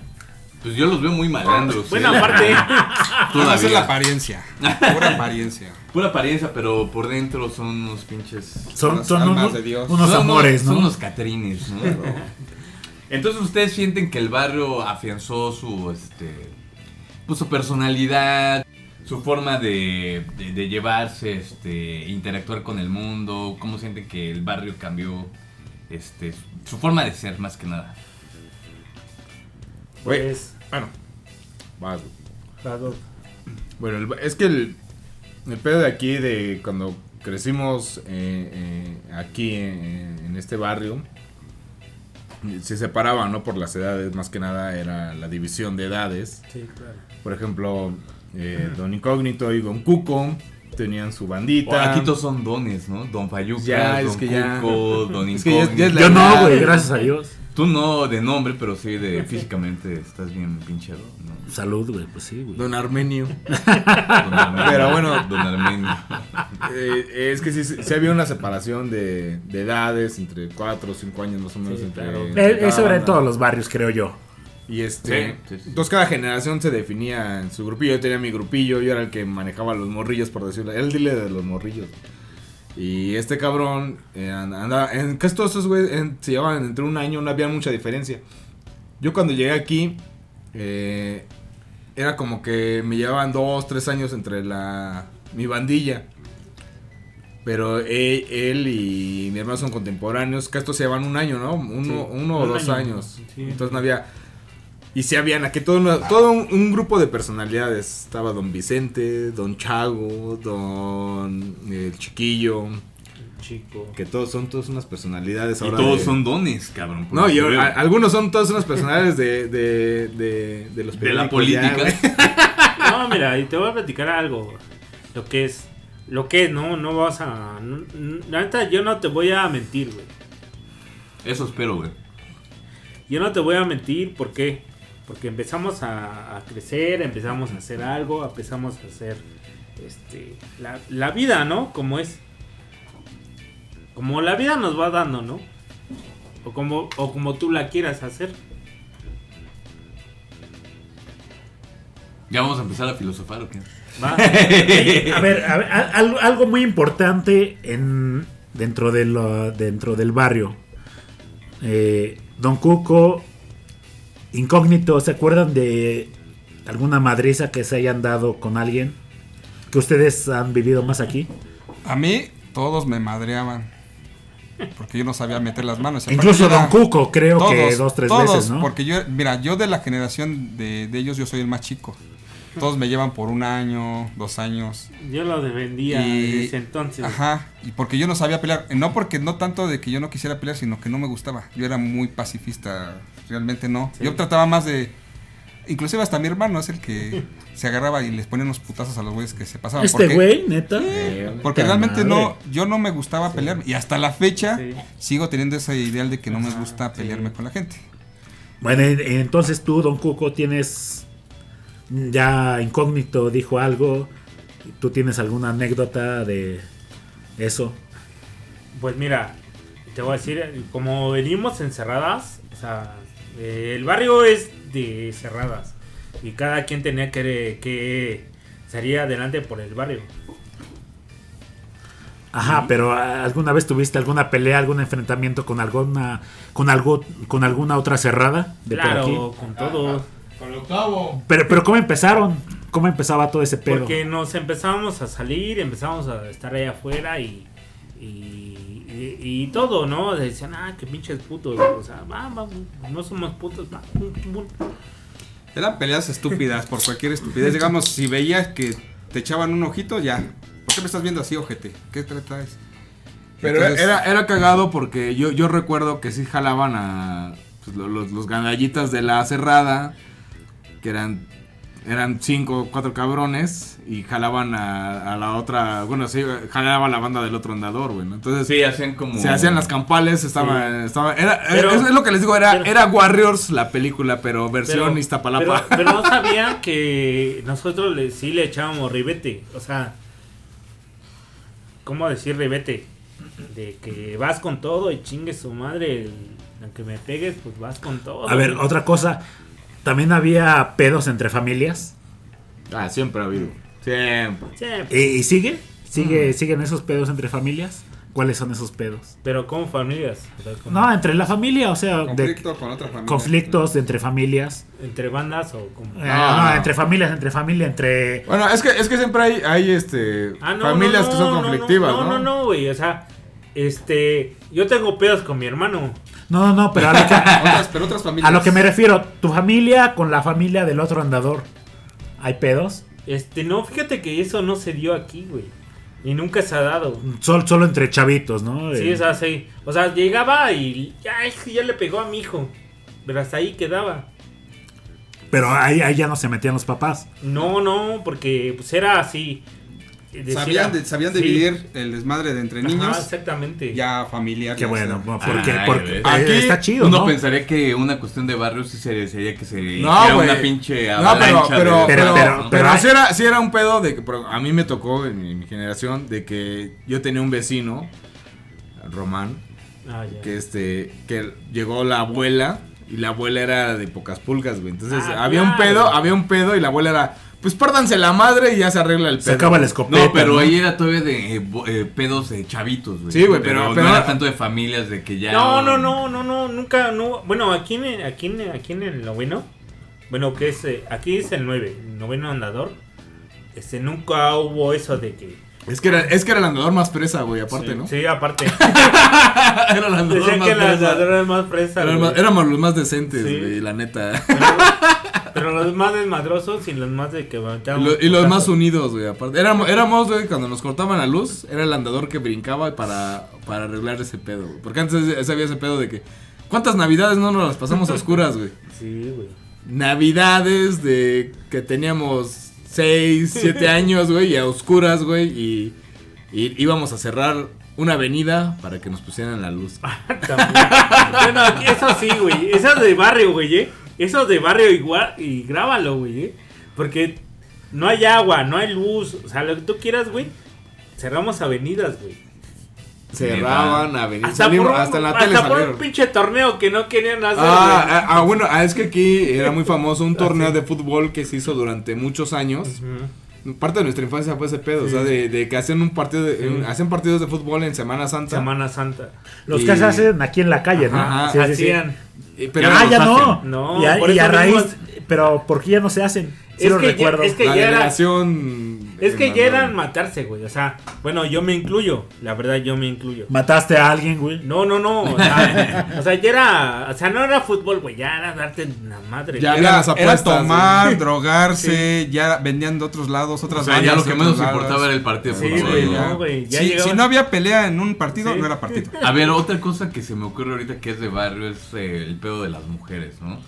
S4: Pues yo los veo muy malandros.
S7: Bueno,
S4: ¿eh?
S7: aparte,
S9: Esa es la
S4: Todavía.
S9: apariencia. Pura apariencia.
S4: Pura apariencia, pero por dentro son unos pinches.
S1: Son,
S9: las
S1: son
S9: almas
S1: unos,
S9: de Dios.
S1: unos
S4: Son
S1: amores,
S4: unos-
S1: ¿no?
S4: Son unos catrines, ¿no? Entonces ustedes sienten que el barrio afianzó su este pues su personalidad, su forma de, de- de llevarse, este, interactuar con el mundo, cómo sienten que el barrio cambió, este, su forma de ser más que nada.
S9: Güey,
S7: Pues,
S9: Bueno, vas, güey.
S7: las dos.
S5: Bueno, el ba- es que el, el pedo de aquí, de cuando crecimos eh, eh, aquí en, en este barrio, se separaba, ¿no? Por las edades, más que nada era la división de edades.
S7: Sí, claro.
S5: Por ejemplo, eh, Don Incógnito y Don Cuco tenían su bandita.
S4: Aquí todos son dones, ¿no? Don Fayuca,
S5: Ya, es
S4: Don
S5: que ya.
S4: Cuco, Don
S5: Es que ya es-
S4: Incógnito.
S5: ya es la
S1: Yo no,
S5: edad.
S1: güey, gracias a Dios.
S4: Tú no de nombre, pero sí de físicamente estás bien pinchado, ¿no?
S1: Salud, güey, pues sí, güey.
S5: Don Armenio.
S4: Don Armenio,
S5: Pero bueno.
S4: Don Armenio.
S5: Eh, es que sí, sí había una separación de, de edades, entre 4 o 5 años más o menos. entre, entre
S1: Eh, Eso era
S5: cada
S1: en
S5: banda.
S1: todos los barrios, creo yo.
S5: Y este.
S4: Sí, sí, sí.
S5: Entonces cada generación se definía en su grupillo. Yo tenía mi grupillo, yo era el que manejaba los morrillos, por decirlo. Era el dile de los morrillos. Y este cabrón eh, and- andaba. En casi todos esos güeyes en- se llevaban entre un año, no había mucha diferencia. Yo cuando llegué aquí, eh, era como que me llevaban dos, tres años entre la mi bandilla. Pero e- él, y mi hermano son contemporáneos, que estos se llevan un año, ¿no? Uno, uno o
S7: un
S5: dos
S7: año.
S5: años.
S7: Sí.
S5: Entonces no había... Y sí habían aquí todo, una- todo un, un grupo de personalidades. Estaba don Vicente, don Chago, don el Chiquillo,
S7: Chico.
S5: que todos son todas unas personalidades.
S4: Y
S5: ahora
S4: todos
S5: de-
S4: son dones, cabrón. por
S5: No,
S4: lo
S5: y
S4: que veo.
S5: a- algunos son todas unas personalidades de, de, de, de los
S4: de la
S5: periódicos ya,
S4: política.
S5: güey.
S7: No, mira, y te voy a platicar algo. Lo que es. Lo que es, no, no vas a. no- no- la neta, yo no te voy a mentir, güey.
S4: Eso espero, güey.
S7: Yo no te voy a mentir, ¿por qué? Porque empezamos a, a crecer, empezamos a hacer algo, empezamos a hacer este, la, la vida, ¿no? Como es. Como la vida nos va dando, ¿no? O como, o como tú la quieras hacer.
S4: Ya vamos a empezar a filosofar, ¿o qué?
S7: ¿va?
S1: A ver, a ver, a- algo, algo muy importante en, dentro, de lo- dentro del barrio. Eh, Don Cuco, Incógnito, ¿se acuerdan de alguna madriza que se hayan dado con alguien? Que ustedes han vivido más aquí.
S9: A mí todos me madreaban. Porque yo no sabía meter las manos. Y
S1: Incluso
S9: aparte
S1: Don
S9: era-
S1: Cuco, creo que dos, tres
S9: todos,
S1: veces, ¿no?
S9: Porque yo, mira, yo de la generación de, de ellos, yo soy el más chico. Todos me llevan por un año, dos años.
S7: Yo lo defendía
S9: Y-
S7: desde entonces.
S9: Ajá, y porque yo no sabía pelear. eh, No porque no tanto de que yo no quisiera pelear, sino que no me gustaba. Yo era muy pacifista, realmente no.
S7: Sí.
S9: Yo trataba más de... Inclusive hasta mi hermano es el que se agarraba y les ponía unos putazos a los güeyes que se pasaban.
S1: Este
S9: porque-
S1: güey, neta.
S9: Porque
S1: Puta
S9: realmente no,
S1: madre.
S9: yo no me gustaba pelearme. Y hasta la fecha
S7: Sí.
S9: sigo teniendo ese ideal de que no me
S7: Ajá,
S9: gusta
S7: sí.
S9: pelearme con la gente.
S1: Bueno, en- entonces tú, Don Cuco, tienes. Ya incógnito dijo algo. ¿Tú tienes alguna anécdota de eso?
S7: Pues mira, te voy a decir, como venimos encerradas, o sea, eh, el barrio es de cerradas y cada quien tenía que, que salir adelante por el barrio.
S1: Ajá, pero ¿a- ¿alguna vez tuviste alguna pelea, algún enfrentamiento con alguna con algo con alguna otra cerrada de por
S7: claro,
S1: aquí?
S7: con todo.
S6: Con el octavo.
S1: Pero pero cómo empezaron? ¿Cómo empezaba todo ese pedo?
S7: Porque nos empezamos a salir, empezamos a estar ahí afuera y, y, y- y todo, ¿no? Decían, ah, que pinches putos. O sea, vamos, no somos putos. va, pum, pum, pum.
S9: Eran peleas estúpidas por cualquier estupidez. Digamos, si veías que te echaban un ojito, ya. ¿Por qué me estás viendo así, ojete? ¿Qué te traes?
S5: Pero
S9: Entonces-
S5: era, era cagado porque yo, yo recuerdo que sí jalaban a pues, lo- los, los gandallitas de la cerrada, que eran eran cinco o cuatro cabrones, y jalaban a, a la otra, bueno, sí, jalaba a la banda del otro andador, güey, ¿no? Entonces
S4: Sí, hacían como.
S5: se hacían las campales, estaban... estaban- era,
S7: Pero-
S5: es, es lo que les digo, era,
S7: pero-
S5: era Warriors la película, pero versión
S7: Pero-
S5: Iztapalapa.
S7: Pero, pero no sabía que nosotros le, sí le echábamos ribete. O sea, ¿cómo decir ribete? De que vas con todo y chingue su madre. el- aunque me pegues, pues vas con todo.
S1: A ver, otra cosa, también había pedos entre familias.
S5: Ah, siempre ha habido. Siempre.
S7: Sí, Mm.
S1: ¿Y, y sigue? ¿Sigue siguen esos pedos entre familias? cuáles son esos pedos.
S7: Pero como familias. O sea, como
S5: em-
S1: No, entre la familia, o sea, de,
S6: Conflicto con otra familia.
S1: conflictos de entre familias.
S7: Entre bandas o como.
S1: Eh,
S5: No,
S1: no,
S5: no.
S1: entre familias, entre familia, entre...
S5: Bueno, es que, es que siempre hay, hay este, familias que son conflictivas, ¿no?
S7: Ah, No, no, no, güey. O sea, este. Yo tengo pedos con mi hermano.
S1: No, no, no, pero a lo que,
S6: Otras, pero otras familias.
S1: a lo que me refiero, tu familia con la familia del otro andador. ¿Hay pedos?
S7: Este, no, fíjate que eso no se dio aquí, güey. Y nunca se ha dado.
S1: Sol- solo entre chavitos, ¿no?
S7: Sí,
S1: Eh,
S7: es así. O sea, llegaba y. Ay, es que ya le pegó a mi hijo. Pero hasta ahí quedaba.
S1: Pero ahí, ahí ya no se metían los papás.
S7: No, no, porque pues era así. Eh, Decía-
S6: Sabían, de- sabían
S7: Sí.
S6: dividir.
S9: El desmadre de entre
S7: Ajá,
S9: niños,
S7: exactamente.
S9: ya familiar.
S1: Qué
S9: ya
S1: bueno,
S9: sea.
S1: porque,
S4: Ah,
S1: porque
S4: eh,
S1: eh, está chido,
S4: uno
S1: ¿no?
S4: pensaría que una cuestión de barrio sí sería, sería que se
S5: No,
S4: hiciera
S5: güey.
S4: una pinche
S5: No, pero,
S4: avalancha
S5: pero,
S4: de-
S5: pero,
S1: Pero- pero-
S5: pero
S1: pero hay-
S5: sí, era, sí era un pedo de que, pero a mí me tocó en mi, mi generación de que yo tenía un vecino, Román,
S7: Ah, ya.
S5: que este, que llegó la abuela y la abuela era de pocas pulgas, güey. Entonces
S7: Ah,
S5: había un
S7: claro.
S5: pedo, había un pedo y la abuela era, pues pártanse la madre y ya se arregla el pedo.
S1: Se acaba la escopeta.
S4: No, pero
S1: ¿no?
S4: ahí era todavía de eh, bo- eh, pedos de chavitos, güey.
S5: Sí, güey, pero- pero-
S4: no era tanto de familias de que ya.
S7: No, no, no, no, no, nunca, no. Bueno, aquí en, aquí en, aquí en el noveno, bueno, que es, eh, aquí es el 9, noveno andador. Este, nunca hubo eso de que.
S5: Es que era, es que era el andador más presa, güey, aparte,
S7: sí,
S5: ¿no?
S7: Sí, aparte.
S5: Era el andador
S7: Decían
S5: más
S7: que las
S5: fresa.
S7: andadoras más fresas.
S5: Era el
S7: güey.
S5: más- Éramos los más decentes,
S7: Sí.
S5: güey, la neta.
S7: Pero, pero los más desmadrosos y los más de que
S5: Y, lo- y los más unidos, güey, aparte. Éramos, éramos, güey, cuando nos cortaban la luz, era el andador que brincaba para, para arreglar ese pedo, güey. Porque antes ese- había ese pedo de que, ¿cuántas navidades no nos las pasamos a oscuras, güey?
S7: Sí, güey.
S5: Navidades de que teníamos 6, 7 años, güey, y a oscuras, güey, y, y íbamos a cerrar una avenida para que nos pusieran la luz.
S7: También. bueno, eso sí, güey. Eso es de barrio, güey, ¿eh? Eso es de barrio igual. Y grábalo, güey, ¿eh? Porque no hay agua, no hay luz. O sea, lo que tú quieras, güey. Cerramos avenidas, güey.
S5: Cerraban avenidas.
S7: Hasta,
S5: Salimos-
S7: por, un-
S5: Hasta en la
S7: hasta
S5: tele
S7: por
S5: salieron.
S7: un pinche torneo que no querían hacer.
S5: Ah, ah, ah, bueno, ah, es que aquí era muy famoso un torneo de fútbol que se hizo durante muchos años.
S7: güey. Ujú.
S5: Parte de nuestra infancia fue ese pedo, o sea, de, de que hacían un partido, de- un- hacían partidos de fútbol en Semana Santa.
S7: Semana Santa.
S1: Los
S5: Y-
S1: que se hacen aquí en la calle, ¿no?
S5: Ajá,
S1: Sí, sí, sí.
S7: Hacían.
S5: Eh, pero
S1: ah,
S5: los
S1: ya
S5: hacen.
S1: no.
S7: No,
S1: y a,
S7: por
S1: y a
S7: eso
S1: raíz.
S7: mismo-
S1: Pero, ¿por qué ya no se hacen? Sí
S7: Es
S1: lo
S7: que ya-
S1: recuerdo.
S7: es que-
S5: La
S7: ya era-
S5: delegación.
S7: Es que
S5: eh,
S7: ya eran
S5: mandó-
S7: matarse, güey. O sea, bueno, yo me incluyo. La verdad, yo me incluyo.
S1: Mataste a alguien, güey.
S7: No, no, no. O sea, o sea, ya era. O sea, no era fútbol, güey. Ya era darte una madre.
S5: Ya
S9: Era,
S5: había las
S9: era
S5: apuestas,
S9: tomar, drogarse, ya vendían de otros lados, otras
S4: O sea, ya
S9: bandas
S4: lo que
S9: de
S4: menos
S9: otros lados.
S4: importaba era el partido de
S7: Sí,
S4: fútbol,
S7: güey,
S4: ¿no?
S7: ya. No, güey, ya
S9: si,
S7: llegaban-
S9: si no había pelea en un partido,
S7: Sí.
S9: no era partido.
S4: A ver, otra cosa que se me ocurre ahorita que es de barrio es eh, el pedo de las mujeres, ¿no?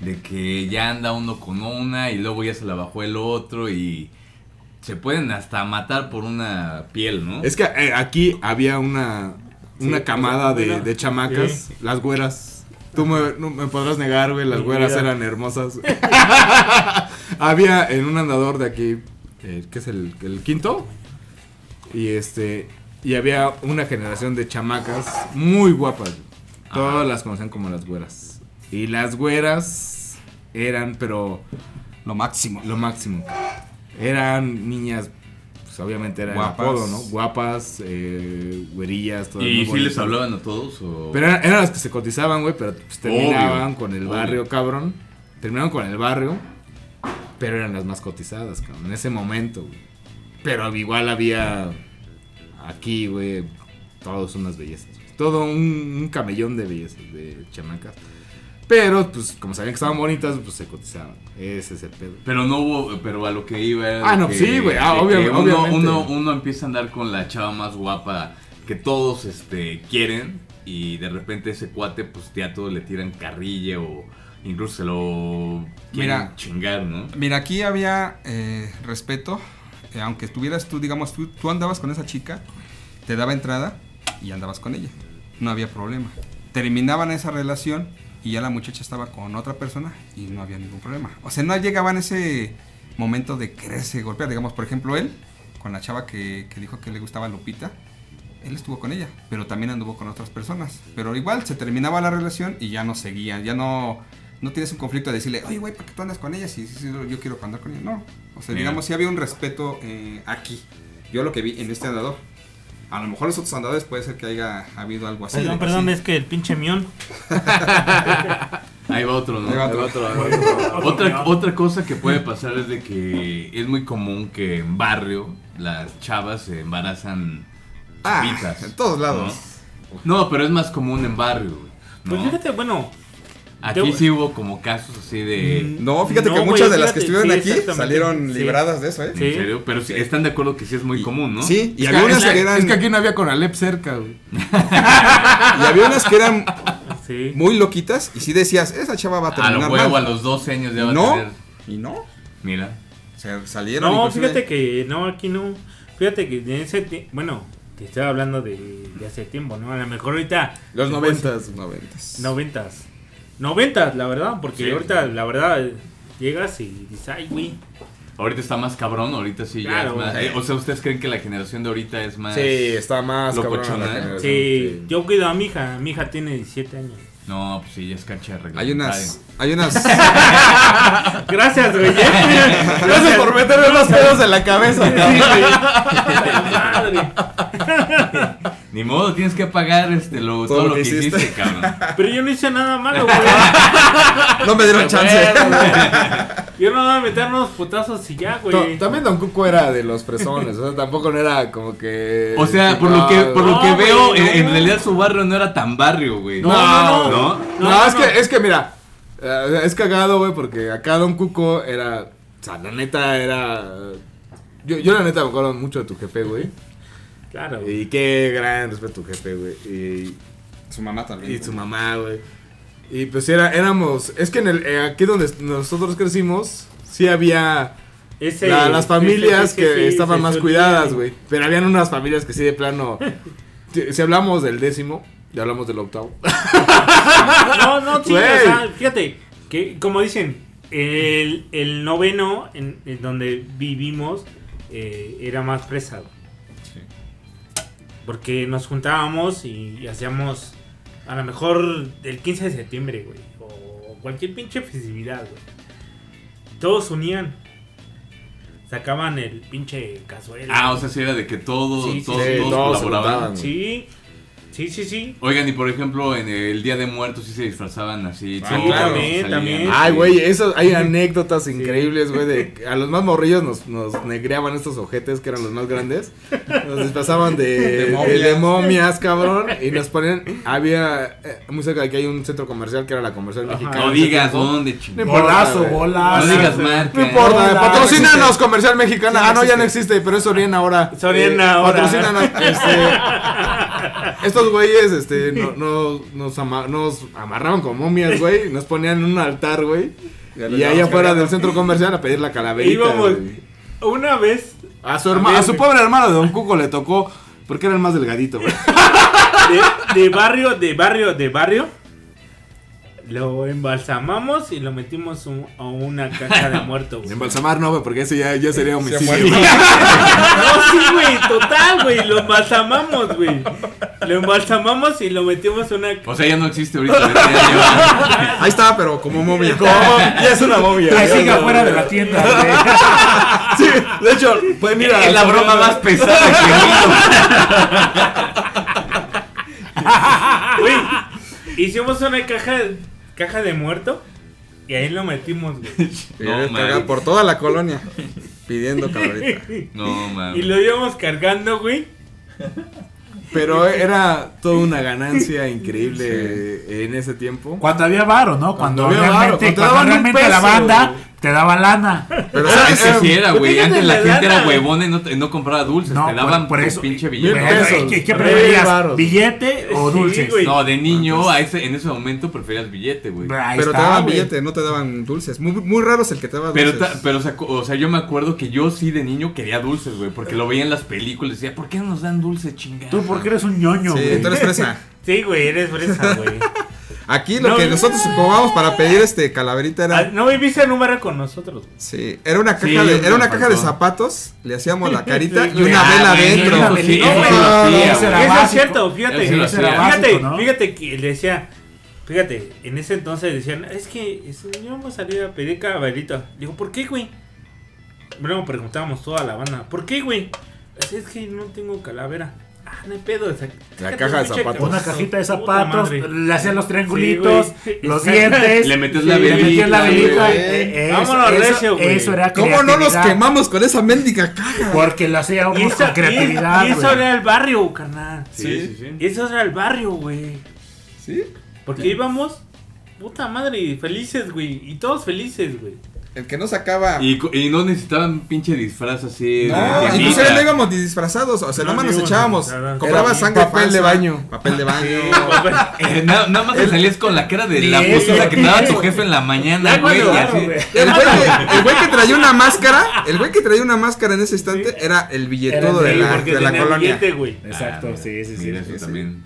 S4: De que ya anda uno con una y luego ya se la bajó el otro y se pueden hasta matar por una piel, ¿no?
S5: Es que eh, aquí había una, una
S7: Sí,
S5: camada
S7: o sea,
S5: de,
S7: una-
S5: de chamacas,
S7: sí.
S5: las güeras. Tú me, no me podrás negar, güey, las
S7: Mi
S5: güeras
S7: vida.
S5: eran hermosas. había en un andador de aquí, eh, que es el, el quinto, y este y había una generación de chamacas muy guapas. güey. Todas las conocían como las güeras. Y las güeras eran, pero
S9: Lo máximo.
S5: lo máximo. Eran niñas, pues obviamente eran
S9: Guapas.
S5: apodo, ¿no? Guapas, eh, güerillas, todas muy
S4: ¿Y si les
S5: bonitas.
S4: hablaban a todos o...?
S5: Pero eran, eran las que se cotizaban, güey, pero pues, terminaban
S4: Obvio,
S5: con el
S4: obvio.
S5: barrio, cabrón. Terminaron con el barrio, pero eran las más cotizadas, cabrón, en ese momento, güey. Pero igual había aquí, güey, todos unas bellezas. güey. Todo un, un camellón de bellezas, de chamacas. Pero, pues, como sabían que estaban bonitas, pues se cotizaban. Ese es el pedo.
S4: Pero no hubo, pero a lo que iba era de
S5: Ah, no,
S4: que-
S5: sí, güey, ah,
S4: de
S5: obvia-
S4: que uno,
S5: obviamente.
S4: Uno, uno empieza a andar con la chava más guapa que todos este, quieren y de repente ese cuate, pues ya todos le tiran carrilla o incluso se lo quieren
S9: Mira.
S4: chingar, ¿no?
S9: Mira, aquí había eh, respeto. eh, aunque estuvieras tú, digamos, tú, tú andabas con esa chica, te daba entrada y andabas con ella. No había problema. Terminaban esa relación y ya la muchacha estaba con otra persona y no había ningún problema. O sea, no llegaban ese momento de quererse golpear. Digamos, por ejemplo, él, con la chava que, que dijo que le gustaba Lupita, él estuvo con ella, pero también anduvo con otras personas. Pero igual se terminaba la relación y ya no seguían, ya no, no tienes un conflicto de decirle, oye, güey, ¿por qué tú andas con ella? Si, si- si yo quiero andar con ella. No, o sea,
S4: Mira.
S9: digamos, sí había un respeto eh, aquí. Yo lo que vi en este andador.
S10: A lo mejor los otros andadores puede ser que haya habido algo así.
S7: Perdón,
S10: de que
S7: perdón,
S10: sí.
S7: es que el pinche mión.
S4: Ahí va otro, ¿no?
S9: Ahí va
S4: Ahí va
S9: otro.
S4: otro, ahí va otro. otra, otra cosa que puede pasar es de que es muy común que en barrio las chavas se embarazan
S10: Ah,
S4: chavitas,
S10: en todos lados.
S4: ¿no? No, pero es más común en barrio, güey, ¿no?
S7: Pues fíjate, bueno.
S4: Aquí sí hubo como casos así de...
S10: No, fíjate
S7: No,
S10: que
S7: güey,
S10: muchas de las
S7: fíjate,
S10: que estuvieron
S7: sí,
S10: aquí
S7: exactamente,
S10: salieron
S7: sí.
S10: libradas de eso, ¿eh?
S7: Mm, Sí.
S4: ¿En serio? Pero sí, están de acuerdo que sí es muy común, ¿no?
S10: Sí, y
S9: Es que-
S10: había unas
S9: es, que,
S10: que eran.
S9: es que aquí no había Conalep cerca, güey.
S10: Y había unas que eran
S7: Sí.
S10: muy loquitas. Y si decías, esa chava va a
S4: A
S10: terminar.
S4: lo huevo, a
S10: mal.
S4: los 12 años ya va
S10: No.
S4: a tener...
S10: Y no.
S4: Mira.
S10: Se salieron.
S7: No,
S10: inclusive.
S7: fíjate que no, aquí no. Fíjate que en ese tie- Bueno, te estaba hablando de, de hace tiempo, ¿no? A lo mejor ahorita.
S5: Los
S7: después-
S5: noventas.
S10: Noventas.
S7: Noventas. Noventas, la verdad, porque
S4: Sí,
S7: ahorita,
S4: sí.
S7: la verdad, llegas y dices, ay, güey.
S4: Ahorita está más cabrón, ahorita sí ya
S7: Claro,
S4: es más...
S7: güey.
S4: eh, o sea, ¿ustedes creen que la generación de ahorita es más...?
S5: Sí, está más cabrón
S4: Locochona,
S5: la
S4: ¿eh?
S5: generación,
S7: Sí,
S5: sí.
S7: yo cuido a mi hija. Mi hija tiene 17 años.
S4: No, pues sí, ya es cancha de
S10: Hay unas.
S4: reglamentario.
S10: Hay unas.
S7: Gracias, güey. Gracias por meterme los pedos en la cabeza, madre.
S4: Ni modo, tienes que pagar este, lo, todo, lo que hiciste, cabrón.
S7: Pero yo no hice nada malo, güey.
S10: No me dieron chance.
S7: Yo no voy a meter unos putazos y ya, güey.
S5: No, también Don Cuco era de los fresones, o sea, tampoco no era como que...
S4: O sea, por lo que, por lo que
S7: No, güey,
S4: veo,
S7: no.
S4: en, en realidad su barrio no era tan barrio, güey.
S5: No,
S4: no.
S5: no, No,
S7: No,
S5: es
S7: no.
S5: que, es que mira, eh, es cagado, güey, porque acá Don Cuco era, o sea, la neta era... Yo, yo la neta me acuerdo mucho de tu jefe, güey.
S7: Claro, güey.
S5: Y qué gran respeto a tu jefe, güey. Y,
S9: Su mamá también.
S5: y su mamá, güey. Y pues era, éramos, es que en el, eh, aquí donde nosotros crecimos, sí había...
S7: Ese-
S5: La- las familias
S7: sí, sí,
S5: que
S7: sí, sí,
S5: estaban
S7: se
S5: más
S7: solía.
S5: cuidadas, güey. Pero habían unas familias que sí, de plano. si, si hablamos del décimo, ya hablamos del octavo.
S7: No, no, sí,
S5: Güey.
S7: o sea, fíjate, que como dicen, el, el noveno en, en donde vivimos eh, era más presado. Porque nos juntábamos y, y hacíamos a lo mejor el 15 de septiembre, güey. O cualquier pinche festividad, güey. Todos se unían. Sacaban el pinche cazuela.
S4: Ah, o sea, sí era de que todo,
S7: Sí, sí,
S4: todos,
S7: sí,
S4: todos
S5: todos se
S4: colaboraban.
S5: juntaban.
S7: Sí, sí, sí, sí.
S4: Oigan, y por ejemplo, en el Día de Muertos sí se disfrazaban así.
S9: Ah,
S4: todos,
S9: claro.
S7: También,
S4: salían. Ah,
S7: también.
S5: Ay, güey, eso, hay anécdotas increíbles, güey. de que A los más morrillos nos, nos negreaban estos ojetes que eran los más grandes. Nos disfrazaban de,
S9: De
S5: de,
S9: momias.
S5: de momias, cabrón. Y nos ponían. Había. eh, muy cerca de aquí hay un centro comercial que era la comercial mexicana.
S4: No digas dónde,
S5: No
S4: chingón.
S5: importa,
S1: Bolazo,
S5: güey.
S1: bolazo.
S4: No digas
S5: No
S4: marca.
S5: importa,
S1: Hola,
S5: patrocínanos
S1: existe.
S5: comercial mexicana. ah, no, ya no existe, pero es Soriana ahora. Eh,
S7: Soriana ahora.
S5: Patrocínanos. este, estos güeyes este, no, no- nos, ama- nos amarraban con momias, güey. y Nos ponían en un altar, güey. Y ahí afuera del centro comercial a pedir la calaverita.
S7: Íbamos
S5: güey.
S7: una vez
S5: A su, herma- a su pobre hermano de Don Cuco le tocó. Porque era el más delgadito, güey.
S7: de, de barrio, de barrio, de barrio. Lo embalsamamos y lo metimos un- a una caja de muertos. güey.
S5: Embalsamar no, güey, porque eso ya, ya sería homicidio.
S7: No, sí, güey, total, güey. Lo embalsamamos, güey. Lo embalsamamos y lo metimos a una
S4: O sea, ya no existe ahorita. ya- ya lleva-
S10: Ahí estaba, pero como momia.
S5: Ya es una momia.
S1: Ahí sigue afuera de la tienda, güey.
S5: Sí, de hecho, pueden ir a.
S4: Es la broma más pesada que he oído.
S7: Güey, hicimos una caja, caja de muerto y ahí lo metimos, güey.
S10: Y
S4: No,
S10: era cargada
S4: man.
S10: por toda la colonia. Pidiendo cabrita.
S4: No, mames.
S7: Y lo íbamos cargando, güey.
S5: Pero era toda una ganancia increíble en ese tiempo.
S1: Cuando había varo, ¿no? Cuando,
S5: Cuando había varo,
S1: realmente,
S5: cuando te
S1: cuando
S5: daban un
S1: realmente la
S5: peso,
S1: banda te daba lana.
S10: Pero
S4: Antes
S10: sabes
S4: sí era, güey.
S7: fíjate
S4: Antes la
S7: la
S4: gente era
S7: lana.
S4: huevona y no, te- no compraba dulces.
S1: No,
S4: te daban
S1: por, por
S4: tu
S1: eso.
S4: pinche
S1: Mil
S4: billete.
S1: pesos. ¿Qué, qué
S5: Mil
S1: preferías?
S5: varos.
S1: ¿Billete o
S7: Sí,
S1: dulces?
S7: güey.
S4: No, de niño, a ese, en ese momento preferías billete, güey.
S1: Ahí
S10: Pero
S1: está,
S10: te daban
S1: güey.
S10: billete, no te daban dulces. Muy, muy raro es el que te daba
S4: Pero,
S10: dulces.
S4: ta- pero saco- o sea, yo me acuerdo que yo sí de niño quería dulces, güey, porque lo veía en las películas y decía, ¿por qué no nos dan dulces, chingada?
S1: Tú porque eres un ñoño,
S10: Sí,
S1: güey.
S10: tú eres fresa.
S7: Sí, güey, eres fresa, güey.
S10: Aquí lo
S7: No,
S10: que
S7: no.
S10: nosotros ocupábamos para pedir este calaverita
S7: Ah,
S10: era.
S7: No viviste en un barrio con nosotros. güey.
S10: Sí, era una caja,
S4: Sí,
S10: de, era
S4: me
S10: una caja de
S4: faltó.
S10: zapatos, le hacíamos la carita y
S7: Sí,
S10: una
S4: Ah,
S10: vela
S4: güey,
S10: adentro.
S4: eso sí,
S1: No,
S4: eso
S1: güey.
S4: sí lo hacía,
S1: Ese era
S4: güey.
S7: Eso es
S1: básico.
S7: cierto, fíjate.
S4: Ese era
S7: fíjate,
S1: básico,
S7: fíjate,
S1: ¿no?
S7: fíjate que le decía, fíjate, en ese entonces decían, es que es- yo vamos a salir a pedir cabalito. Digo, ¿por qué, güey? Bueno, preguntábamos toda la banda, ¿por qué, güey? Es, es que no tengo calavera. Ah, no hay pedo. sac-
S5: La caja
S7: sácate
S5: de
S7: un pinche
S5: zapatos.
S1: Una
S7: coso,
S1: cajita de
S7: puta
S1: zapatos,
S7: madre.
S1: le hacían los
S7: Sí,
S1: triangulitos,
S7: güey.
S1: los
S7: Exacto.
S1: dientes.
S2: Le metes
S1: sí,
S2: la
S1: le metías la
S2: velita,
S1: velita.
S2: güey.
S1: eh, eh,
S7: Vámonos,
S1: eso-
S7: recio, güey.
S1: Eso era
S9: ¿Cómo no los
S1: creatividad,
S9: quemamos con esa mendiga caja?
S1: Porque lo
S7: Y
S1: hacíamos
S7: eso,
S1: con creatividad.
S7: y- y eso
S1: güey.
S7: era el barrio, carnal.
S2: Sí, sí, sí.
S7: Y eso era el barrio, güey.
S9: ¿Sí?
S7: Porque íbamos, puta madre, felices, güey. Y todos felices, güey.
S9: El que no sacaba.
S2: Y, co- y no necesitaban pinche disfraz así.
S9: No,
S2: de- de
S9: inclusive
S2: mita.
S9: Ah, no íbamos ni disfrazados, o sea,
S7: No,
S9: nada más
S7: ni
S9: nos
S7: íbamos
S9: echábamos.
S7: disfrazados.
S9: Compraba
S5: Era
S9: sangre
S5: papel
S9: falsa,
S5: de baño.
S9: Papel de baño.
S2: Eh, nada, nada más te salías con la cara de la
S1: Sí,
S2: postura que te daba tu
S1: güey.
S2: jefe en la mañana,
S7: Ya
S2: güey.
S7: cuando-
S2: y así.
S1: güey.
S9: El güey, que, el güey que traía una máscara, el güey que traía una máscara en ese instante era el billetudo
S1: Era
S9: de
S1: el-
S9: la,
S7: porque
S9: de la
S7: tenía
S9: colonia.
S7: billete, güey.
S1: Exacto,
S2: Ah,
S1: sí, sí, sí.
S2: Mira, eso
S9: sí.
S2: también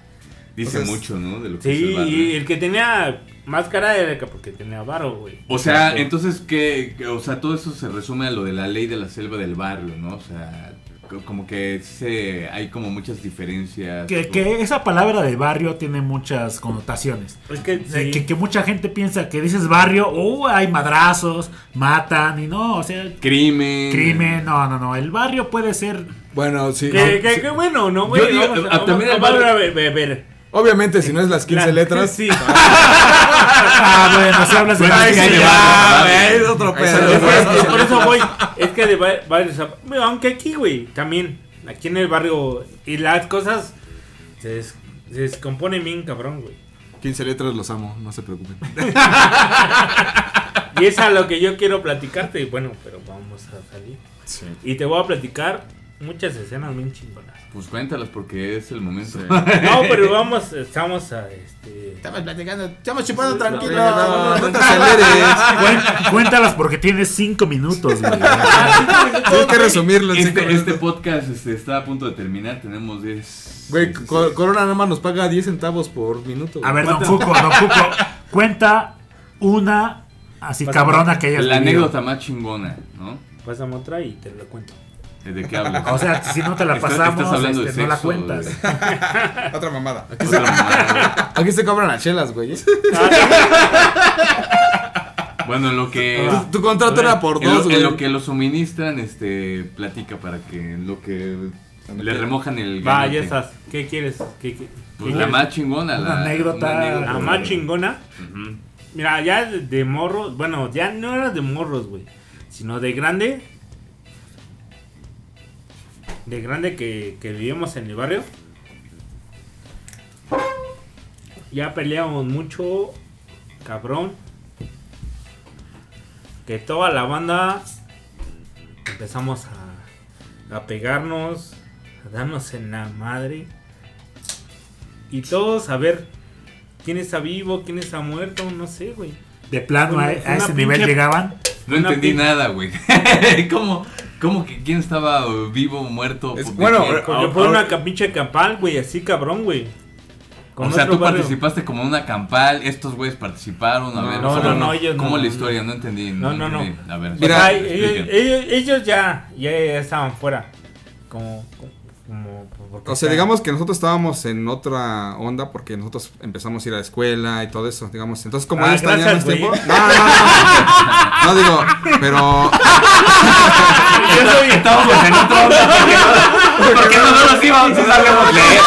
S2: dice
S9: Entonces-
S2: mucho, ¿no? De lo que es el
S7: Sí,
S2: barrio.
S7: y el que tenía máscara era el que porque tenía varo, güey.
S2: O sea, entonces, ¿qué? O sea, todo eso se resume a lo de la ley de la selva del barrio, ¿no? O sea, co- como que se, hay como muchas diferencias.
S1: Que, que esa palabra de barrio tiene muchas connotaciones.
S7: Es que,
S1: O sea,
S7: sí.
S1: Que, que mucha gente piensa que dices barrio, uh, hay madrazos, matan y no, o sea,
S2: Crimen.
S1: crimen, no, no, no. El barrio puede ser
S5: Bueno, sí.
S7: Que, que-
S5: sí.
S7: que bueno, ¿no, güey?
S2: Yo digo,
S7: Vamos a-
S2: a-
S7: vamos-
S2: también el
S7: vamos
S2: barrio-
S7: a ver, ver, ver.
S5: Obviamente, si no es las 15
S7: La-
S5: letras.
S7: Sí.
S1: Ah, bueno, si hablas de
S2: Bueno,
S1: Barrio,
S2: sí,
S1: sí,
S2: ya
S1: va.
S2: va, va, va.
S9: otro
S5: Ahí salió
S7: Es
S5: el
S7: que- es que por eso voy. Es que de va- varios zap- bueno, Aunque aquí, güey, también. Aquí en el barrio. Y las cosas se, des- se descomponen bien, cabrón, güey.
S5: 15 letras los amo, no se preocupen.
S7: Y es a lo que yo quiero platicarte. Y bueno, pero vamos a salir.
S5: Sí.
S7: Y te voy a platicar muchas escenas bien chingonas.
S2: Pues cuéntalas porque es el momento.
S7: No, pero vamos, estamos a este.
S5: Estamos platicando, estamos chupando
S7: tranquilo.
S5: No, no te
S1: Cuen- Cuéntalas porque tienes cinco minutos, güey.
S9: Tienes que resumirlo en cinco
S2: Este, este
S9: minutos.
S2: podcast este, está a punto de terminar, tenemos 10.
S5: Güey,
S2: Sí, sí, sí.
S5: Co- Corona nada más nos paga 10 centavos por minuto. güey.
S1: A ver, don Cuco, don Cuco, cuenta una así cabrona que hayas
S2: La
S1: vivido.
S2: anécdota más chingona, ¿no?
S7: Pásame otra y te lo cuento.
S2: ¿De qué hablas?
S1: O sea, si no te la
S2: Estás-
S1: pasamos,
S2: estás hablando
S1: este,
S2: de
S1: no la
S2: sexo,
S1: cuentas.
S2: güey.
S9: Otra mamada.
S2: Otra mamada.
S5: Aquí se cobran las chelas, güey.
S2: Bueno, en lo que.
S7: Ah.
S5: Tu contrato era por
S2: En
S5: dos,
S2: lo, en
S5: güey.
S2: lo que lo suministran, este, platica para que en lo que le remojan el
S7: Va,
S2: ganote.
S7: ya estás. ¿Qué quieres? ¿Qué, qué- qué
S2: Pues la
S7: quieres?
S2: más chingona, la
S1: Una anécdota. Ah,
S2: una anécdota.
S7: La más chingona.
S2: Ujú.
S7: Mira, ya de, de morros, bueno, ya no era de morros, güey, sino de grande. De grande que, que vivíamos en el barrio. Ya peleábamos mucho, cabrón. Que toda la banda empezamos a, a pegarnos, a darnos en la madre. Y todos a ver quién está vivo, quién está muerto, no sé, güey.
S1: De plano, a, a
S7: Una- una
S1: ese nivel
S7: pinche-
S1: llegaban.
S2: No
S7: Una
S2: entendí
S7: pin-
S2: nada, güey. ¿Cómo, ¿Cómo que quién estaba vivo, muerto?
S9: Es-
S2: ¿Por
S9: bueno,
S2: qué?
S9: ahora-
S7: Porque fue una ca- pinche campal, güey, así cabrón, güey.
S2: o
S7: Con
S2: sea,
S7: otro
S2: tú
S7: barrio.
S2: participaste como en una campal, estos güeyes participaron, a
S5: No,
S2: ver.
S5: no,
S2: ¿cómo-
S5: no, no,
S7: ellos no,
S2: ¿Cómo la
S7: no,
S2: historia? No entendí.
S7: No, no, no.
S2: entendí. A ver,
S7: O sea,
S2: expliquen.
S7: ellos, ellos- ellos ya, ya estaban fuera. Como. como porque
S9: O sea,
S7: está-
S9: digamos que nosotros estábamos en otra onda porque nosotros empezamos a ir a la escuela y todo eso, digamos. Entonces, como
S7: Ah,
S9: ellos tenían más
S7: gracias,
S9: tiempo.
S7: güey.
S9: No, no, no, no. No digo, pero.
S7: Yo soy-
S2: Estábamos en otro ¿Por qué nosotros íbamos a sabíamos leer?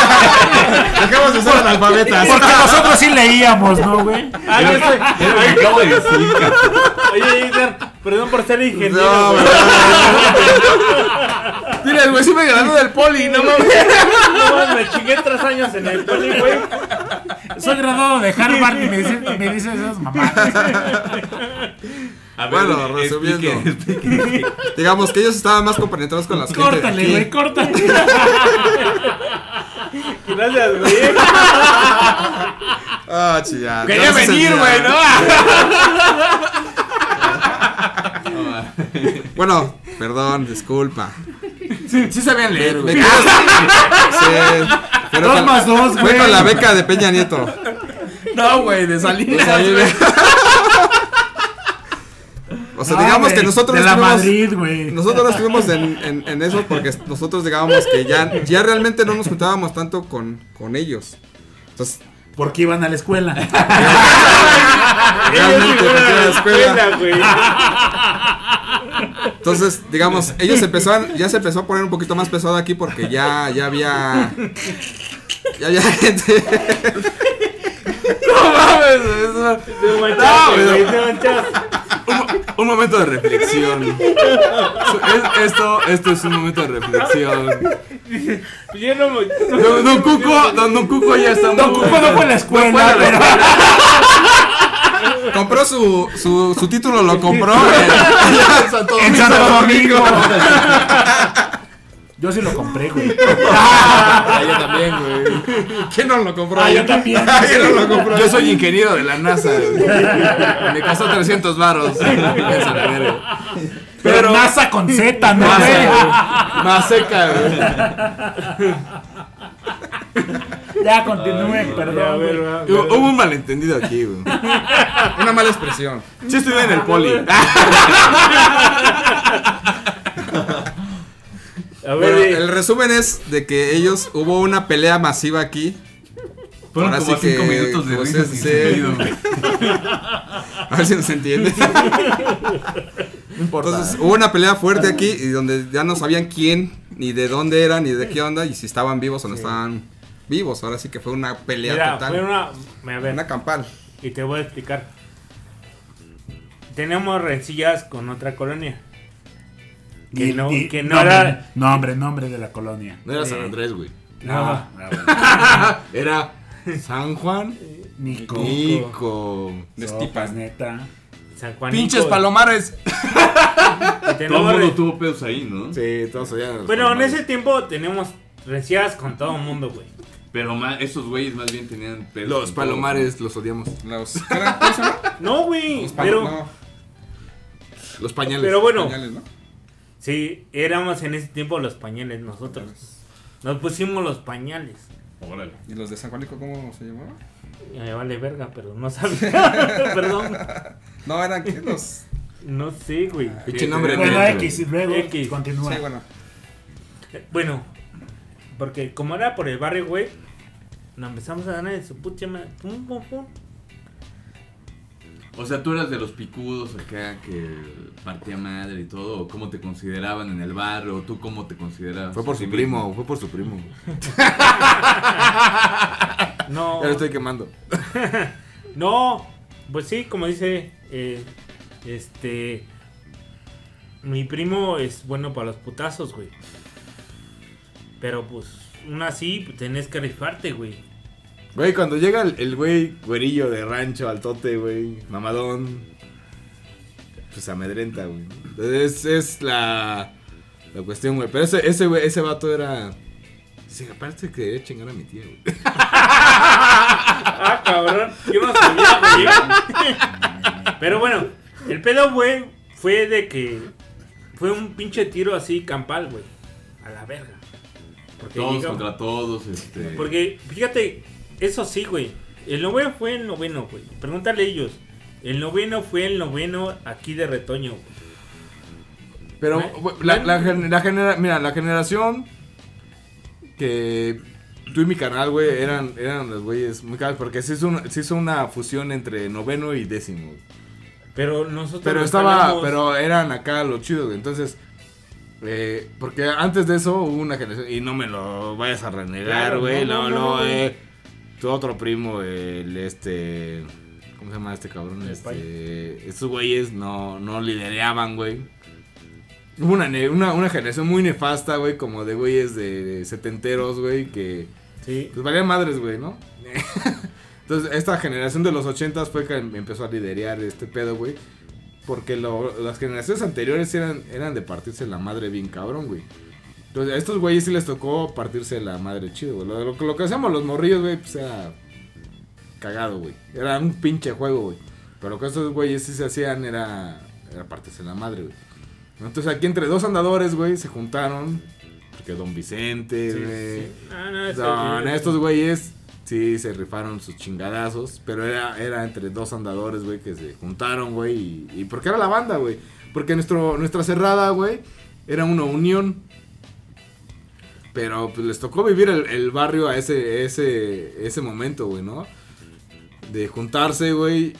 S9: Dejamos de ser analfabetas.
S1: Porque nosotros sí leíamos, ¿no, güey?
S7: Ah, yo soy-
S2: Es lo que acabo de decir, cabrón.
S7: Oye, Edgar, perdón por ser ingeniero.
S9: No,
S7: güey.
S9: Mira, el güey sí me ganó del poli, no mames.
S7: No, mames, me chingué tres años en el poli, güey.
S1: Soy graduado de Harvard y me dicen, y me dicen esas mamás.
S2: A ver,
S9: Bueno,
S2: expliquen,
S9: resumiendo.
S2: expliquen.
S9: Digamos que ellos estaban más compenetrados con las gente de
S1: Córtale,
S9: aquí.
S1: güey, córtale.
S7: Gracias, güey.
S9: Ah, chillada.
S7: Quería venir, güey, ¿no?
S9: Bueno, perdón, disculpa.
S5: Sí, sí sabían leer,
S9: Me
S5: güey.
S9: quedo- Sí, pero
S1: Dos
S9: con-
S1: más dos, güey.
S9: Fue con la beca de Peña Nieto.
S5: No, güey, de
S9: O
S5: Salinas.
S9: sea, yo-
S5: güey.
S9: O sea,
S1: Ah,
S9: digamos que
S1: güey,
S9: nosotros
S1: De la
S9: estuvimos-
S1: Madrid, güey.
S9: Nosotros estuvimos en, en, en eso porque nosotros digamos que ya, ya realmente no nos juntábamos tanto con, con ellos. Entonces,
S1: Porque iban a la escuela.
S9: realmente,
S7: Ellos iban a
S9: porque
S7: la
S9: la escuela-
S7: escuela, güey.
S10: Entonces, digamos, ellos empezaron, ya se empezó a poner un poquito más pesado aquí porque ya, ya había. Ya había gente.
S5: No mames, eso-
S7: Te manchaste,
S5: No,
S7: güey,
S5: pero-
S7: te manchaste.
S5: Un momento de reflexión. Es- Esto, esto es un momento de reflexión.
S7: Yo no me-
S5: Don, don Cuco, don, don Cuco ya está
S1: Don
S5: muy-
S1: Cuco no fue a la escuela, pero
S10: Compró su, su, su título, lo compró en,
S1: en Santo Domingo. Yo sí lo compré, güey.
S5: Ah, yo también, güey.
S10: ¿Quién no lo compró?
S1: Ah, yo también.
S10: ¿Quién no lo compró?
S5: Yo soy ingeniero de la NASA. güey. Me costó 300 varos. Esa la verga.
S1: Pero
S5: Pero-
S1: NASA con Z, ¿no?
S5: Más,
S1: güey?
S5: güey. Más seca, güey.
S1: Ya continúen,
S7: Ya, a
S1: perdón.
S7: ver,
S1: güey.
S7: va,
S5: Hubo
S7: perdón.
S5: hubo un malentendido aquí, güey.
S10: Una mala expresión.
S5: Sí estudié en el poli.
S7: A ver,
S10: Bueno,
S7: eh,
S10: el resumen es de que ellos hubo una pelea masiva aquí.
S4: Fueron
S10: Ahora
S4: como
S10: sí que,
S4: cinco minutos de
S10: pues,
S4: risas sin
S10: este-
S4: sentido, güey.
S10: A ver si nos entiende.
S5: No importa.
S10: Entonces hubo una pelea fuerte aquí y donde ya no sabían quién, ni de dónde eran, ni de qué onda, y si estaban vivos o no estaban vivos. Ahora sí que fue una pelea
S7: mira,
S10: total.
S7: fue
S10: Una...
S7: una. me- A ver,
S10: campal.
S7: y te voy a explicar. Tenemos rencillas con otra colonia. Que
S1: Y-
S7: no,
S1: y-
S7: que no era.
S1: nombre, Nombre, nombre de la colonia.
S5: No era San Andrés, güey.
S1: No.
S5: Era San Juan
S1: Nico.
S5: Nico.
S1: Sopas, neta.
S7: San Juanico.
S5: Pinches palomares.
S7: Que
S4: Todo
S7: tenemos
S4: el mundo
S7: ren-
S4: tuvo pedos ahí, ¿no?
S5: Sí, todos allá.
S7: Bueno, en ese tiempo tenemos rencillas con todo el mundo, güey.
S4: Pero ma- esos güeyes más bien tenían pedos.
S5: Los
S4: con todo.
S5: palomares los odiamos.
S10: Los. ¿qué era? ¿Cómo se llama?
S7: No, güey.
S10: Los pa-
S7: Pero,
S10: no,
S5: Los pañales.
S7: pero bueno,
S10: pañales, ¿no?
S7: sí, éramos en ese tiempo los pañales nosotros. Nos pusimos los pañales.
S4: Órale.
S10: ¿Y los de San Juanico cómo se llamaba?
S7: Me vale verga, pero no sabía. Perdón.
S10: No, eran ¿qué? los.
S7: No sé, güey.
S5: Pinche nombre
S1: Bueno,
S5: neto.
S1: X, y luego
S7: X.
S1: continúa.
S10: Sí, bueno.
S7: Bueno, porque como era por el barrio, güey, nos empezamos a ganar de su puta madre. Pum, pum, pum.
S4: O sea, tú eras de los picudos acá que partía madre y todo. ¿O cómo te consideraban en el barrio? ¿O tú cómo te considerabas?
S5: Fue por
S4: a ti
S5: su
S4: mismo?
S5: primo, fue por su primo.
S7: No,
S5: Ya lo estoy quemando.
S7: no. Pues sí, como dice, eh, este. Mi primo es bueno para los putazos, güey. Pero pues, aún así, pues, tenés que rifarte, güey.
S5: Güey, cuando llega el, el güey güerillo de rancho al tote, güey, mamadón, pues amedrenta, güey. Entonces, es, es la, la cuestión, güey. Pero ese, ese, güey, ese vato era... Sí, aparte que quería chingar a mi tía, güey.
S7: Ah, cabrón. Yo no sabía, güey. Pero bueno, el pedo, güey, fue de que fue un pinche tiro así campal, güey. A la verga. Porque,
S4: Todos
S7: llegaba-
S4: contra todos, este.
S7: porque fíjate, eso sí, güey. El noveno fue el noveno, güey. Pregúntale a ellos. El noveno fue el noveno aquí de retoño, güey.
S5: Pero
S7: Güey,
S5: güey, la,
S7: güey.
S5: la, gen- la genera- mira, la generación que tú y mi canal, güey, eran, eran los güeyes muy caros. Porque se hizo, un- se hizo una fusión entre noveno y décimo, güey.
S7: Pero nosotros.
S5: Pero
S7: nos
S5: estaba,
S7: peleamos-
S5: pero eran acá los chidos, güey. Entonces, eh, porque antes de eso hubo una generación, y no me lo vayas a renegar,
S7: Claro,
S5: güey.
S7: no,
S5: no, no,
S7: no, no,
S5: eh, Tu otro primo, el este. ¿Cómo se llama este cabrón?
S7: El
S5: Este, estos güeyes no, no lidereaban, güey. Hubo una, ne- una, una generación muy nefasta, güey, como de güeyes de, de setenteros, güey, que.
S7: Sí.
S5: Pues valían madres, güey, ¿no? Entonces, esta generación de los ochentas fue que em- empezó a liderar este pedo, güey. Porque lo- las generaciones anteriores eran, eran de partirse la madre bien cabrón, güey. Entonces, a estos güeyes sí les tocó partirse la madre chido, güey. Lo, lo- lo que hacíamos los morrillos, güey, pues era cagado, güey. Era un pinche juego, güey. Pero lo que estos güeyes sí se hacían era, era partirse la madre, güey. Entonces, aquí entre dos andadores, güey, se juntaron. Porque Don Vicente,
S7: sí,
S5: güey.
S7: sí. Ah, no, eso-
S5: eh, No, no, estos güeyes sí se rifaron sus chingadazos, pero era, era entre dos andadores, güey, que se juntaron, güey. Y, y porque era la banda, güey. Porque nuestro, nuestra cerrada, güey, era una unión. Pero pues, les tocó vivir el, el barrio a ese, ese, ese momento, güey, ¿no? De juntarse, güey,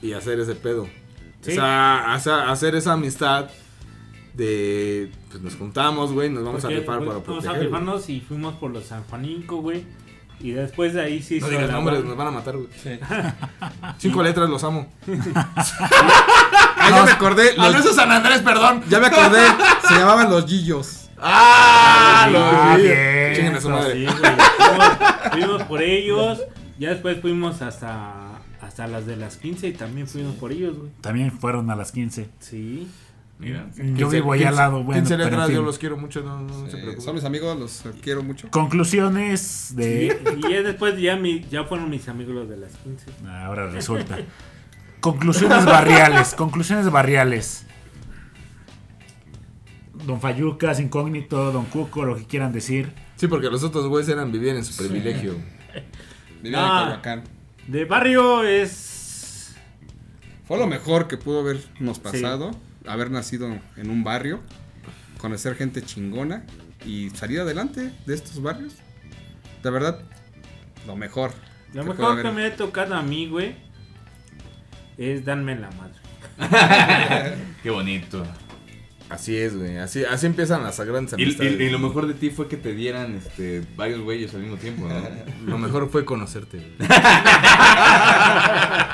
S5: y hacer ese pedo.
S7: Sí.
S5: O sea, hacer, hacer esa amistad de pues nos juntamos, güey, nos vamos a
S7: Porque,
S5: rifar
S7: pues,
S5: para
S7: Vamos a
S5: proteger, güey.
S7: rifarnos y fuimos por los San Juanico, güey. Y después de ahí sí
S5: No
S7: hizo
S5: digas
S7: la
S5: nombres,
S7: banda.
S5: nos van a matar, güey. Cinco letras, los amo.
S9: Ah, ya me acordé.
S5: Ah,
S9: los-
S5: no, eso es San Andrés, perdón.
S9: Ya me acordé. se llamaban los Gillos.
S5: Ah,
S7: Sí,
S5: lo
S7: ah,
S5: vi.
S1: bien,
S5: Chinguen a su
S7: Eso
S5: madre.
S7: sí, güey. Fuimos, fuimos por ellos. Ya después fuimos hasta, hasta las de las 15 y también fuimos por ellos, güey.
S1: También fueron a las 15.
S7: Sí.
S4: Mira.
S1: Yo vivo ahí al lado, bueno.
S5: 15
S1: pero en
S5: letras,
S1: fin.
S5: yo los quiero mucho, no, no, no se
S9: Eh,
S5: preocupen.
S9: son mis amigos, los eh, quiero mucho.
S1: Conclusiones de.
S7: Y, y ya después ya, mi, ya fueron mis amigos los de las 15.
S1: Ahora resulta. Conclusiones barriales. Conclusiones barriales. Don Fayucas, Incógnito, Don Cuco, lo que quieran decir.
S5: Sí, porque los otros güeyes eran vivir en su privilegio.
S9: Vivían
S7: Ah.
S9: en Coyoacán.
S7: De barrio es.
S9: Fue lo mejor que pudo habernos pasado, haber nacido en un barrio, conocer gente chingona y salir adelante de estos barrios. De verdad, lo mejor.
S7: Lo
S9: que pudo
S7: mejor
S9: haber-
S7: que me ha tocado a mí, güey, es darme la madre.
S4: Qué bonito.
S5: Así es, güey. Así, así empiezan las grandes
S4: Y,
S5: amistades.
S4: y- y lo mejor de ti fue que te dieran este, varios güeyes al mismo tiempo, ¿no?
S5: Lo mejor fue conocerte, güey.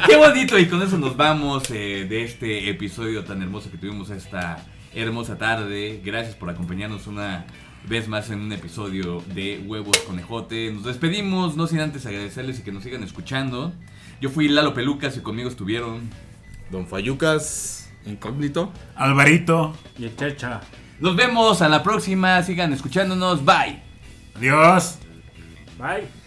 S4: Qué bonito, y con eso nos vamos eh, de este episodio tan hermoso que tuvimos esta hermosa tarde. Gracias por acompañarnos una vez más en un episodio de Huevos Conejote. Nos despedimos, no sin antes agradecerles y que nos sigan escuchando. Yo fui Lalo Pelucas y conmigo estuvieron.
S5: Don Fayucas.
S9: Incógnito.
S1: Alvarito,
S7: Y el chacha.
S4: Nos vemos a la próxima, sigan escuchándonos, bye.
S1: adiós.
S7: Bye.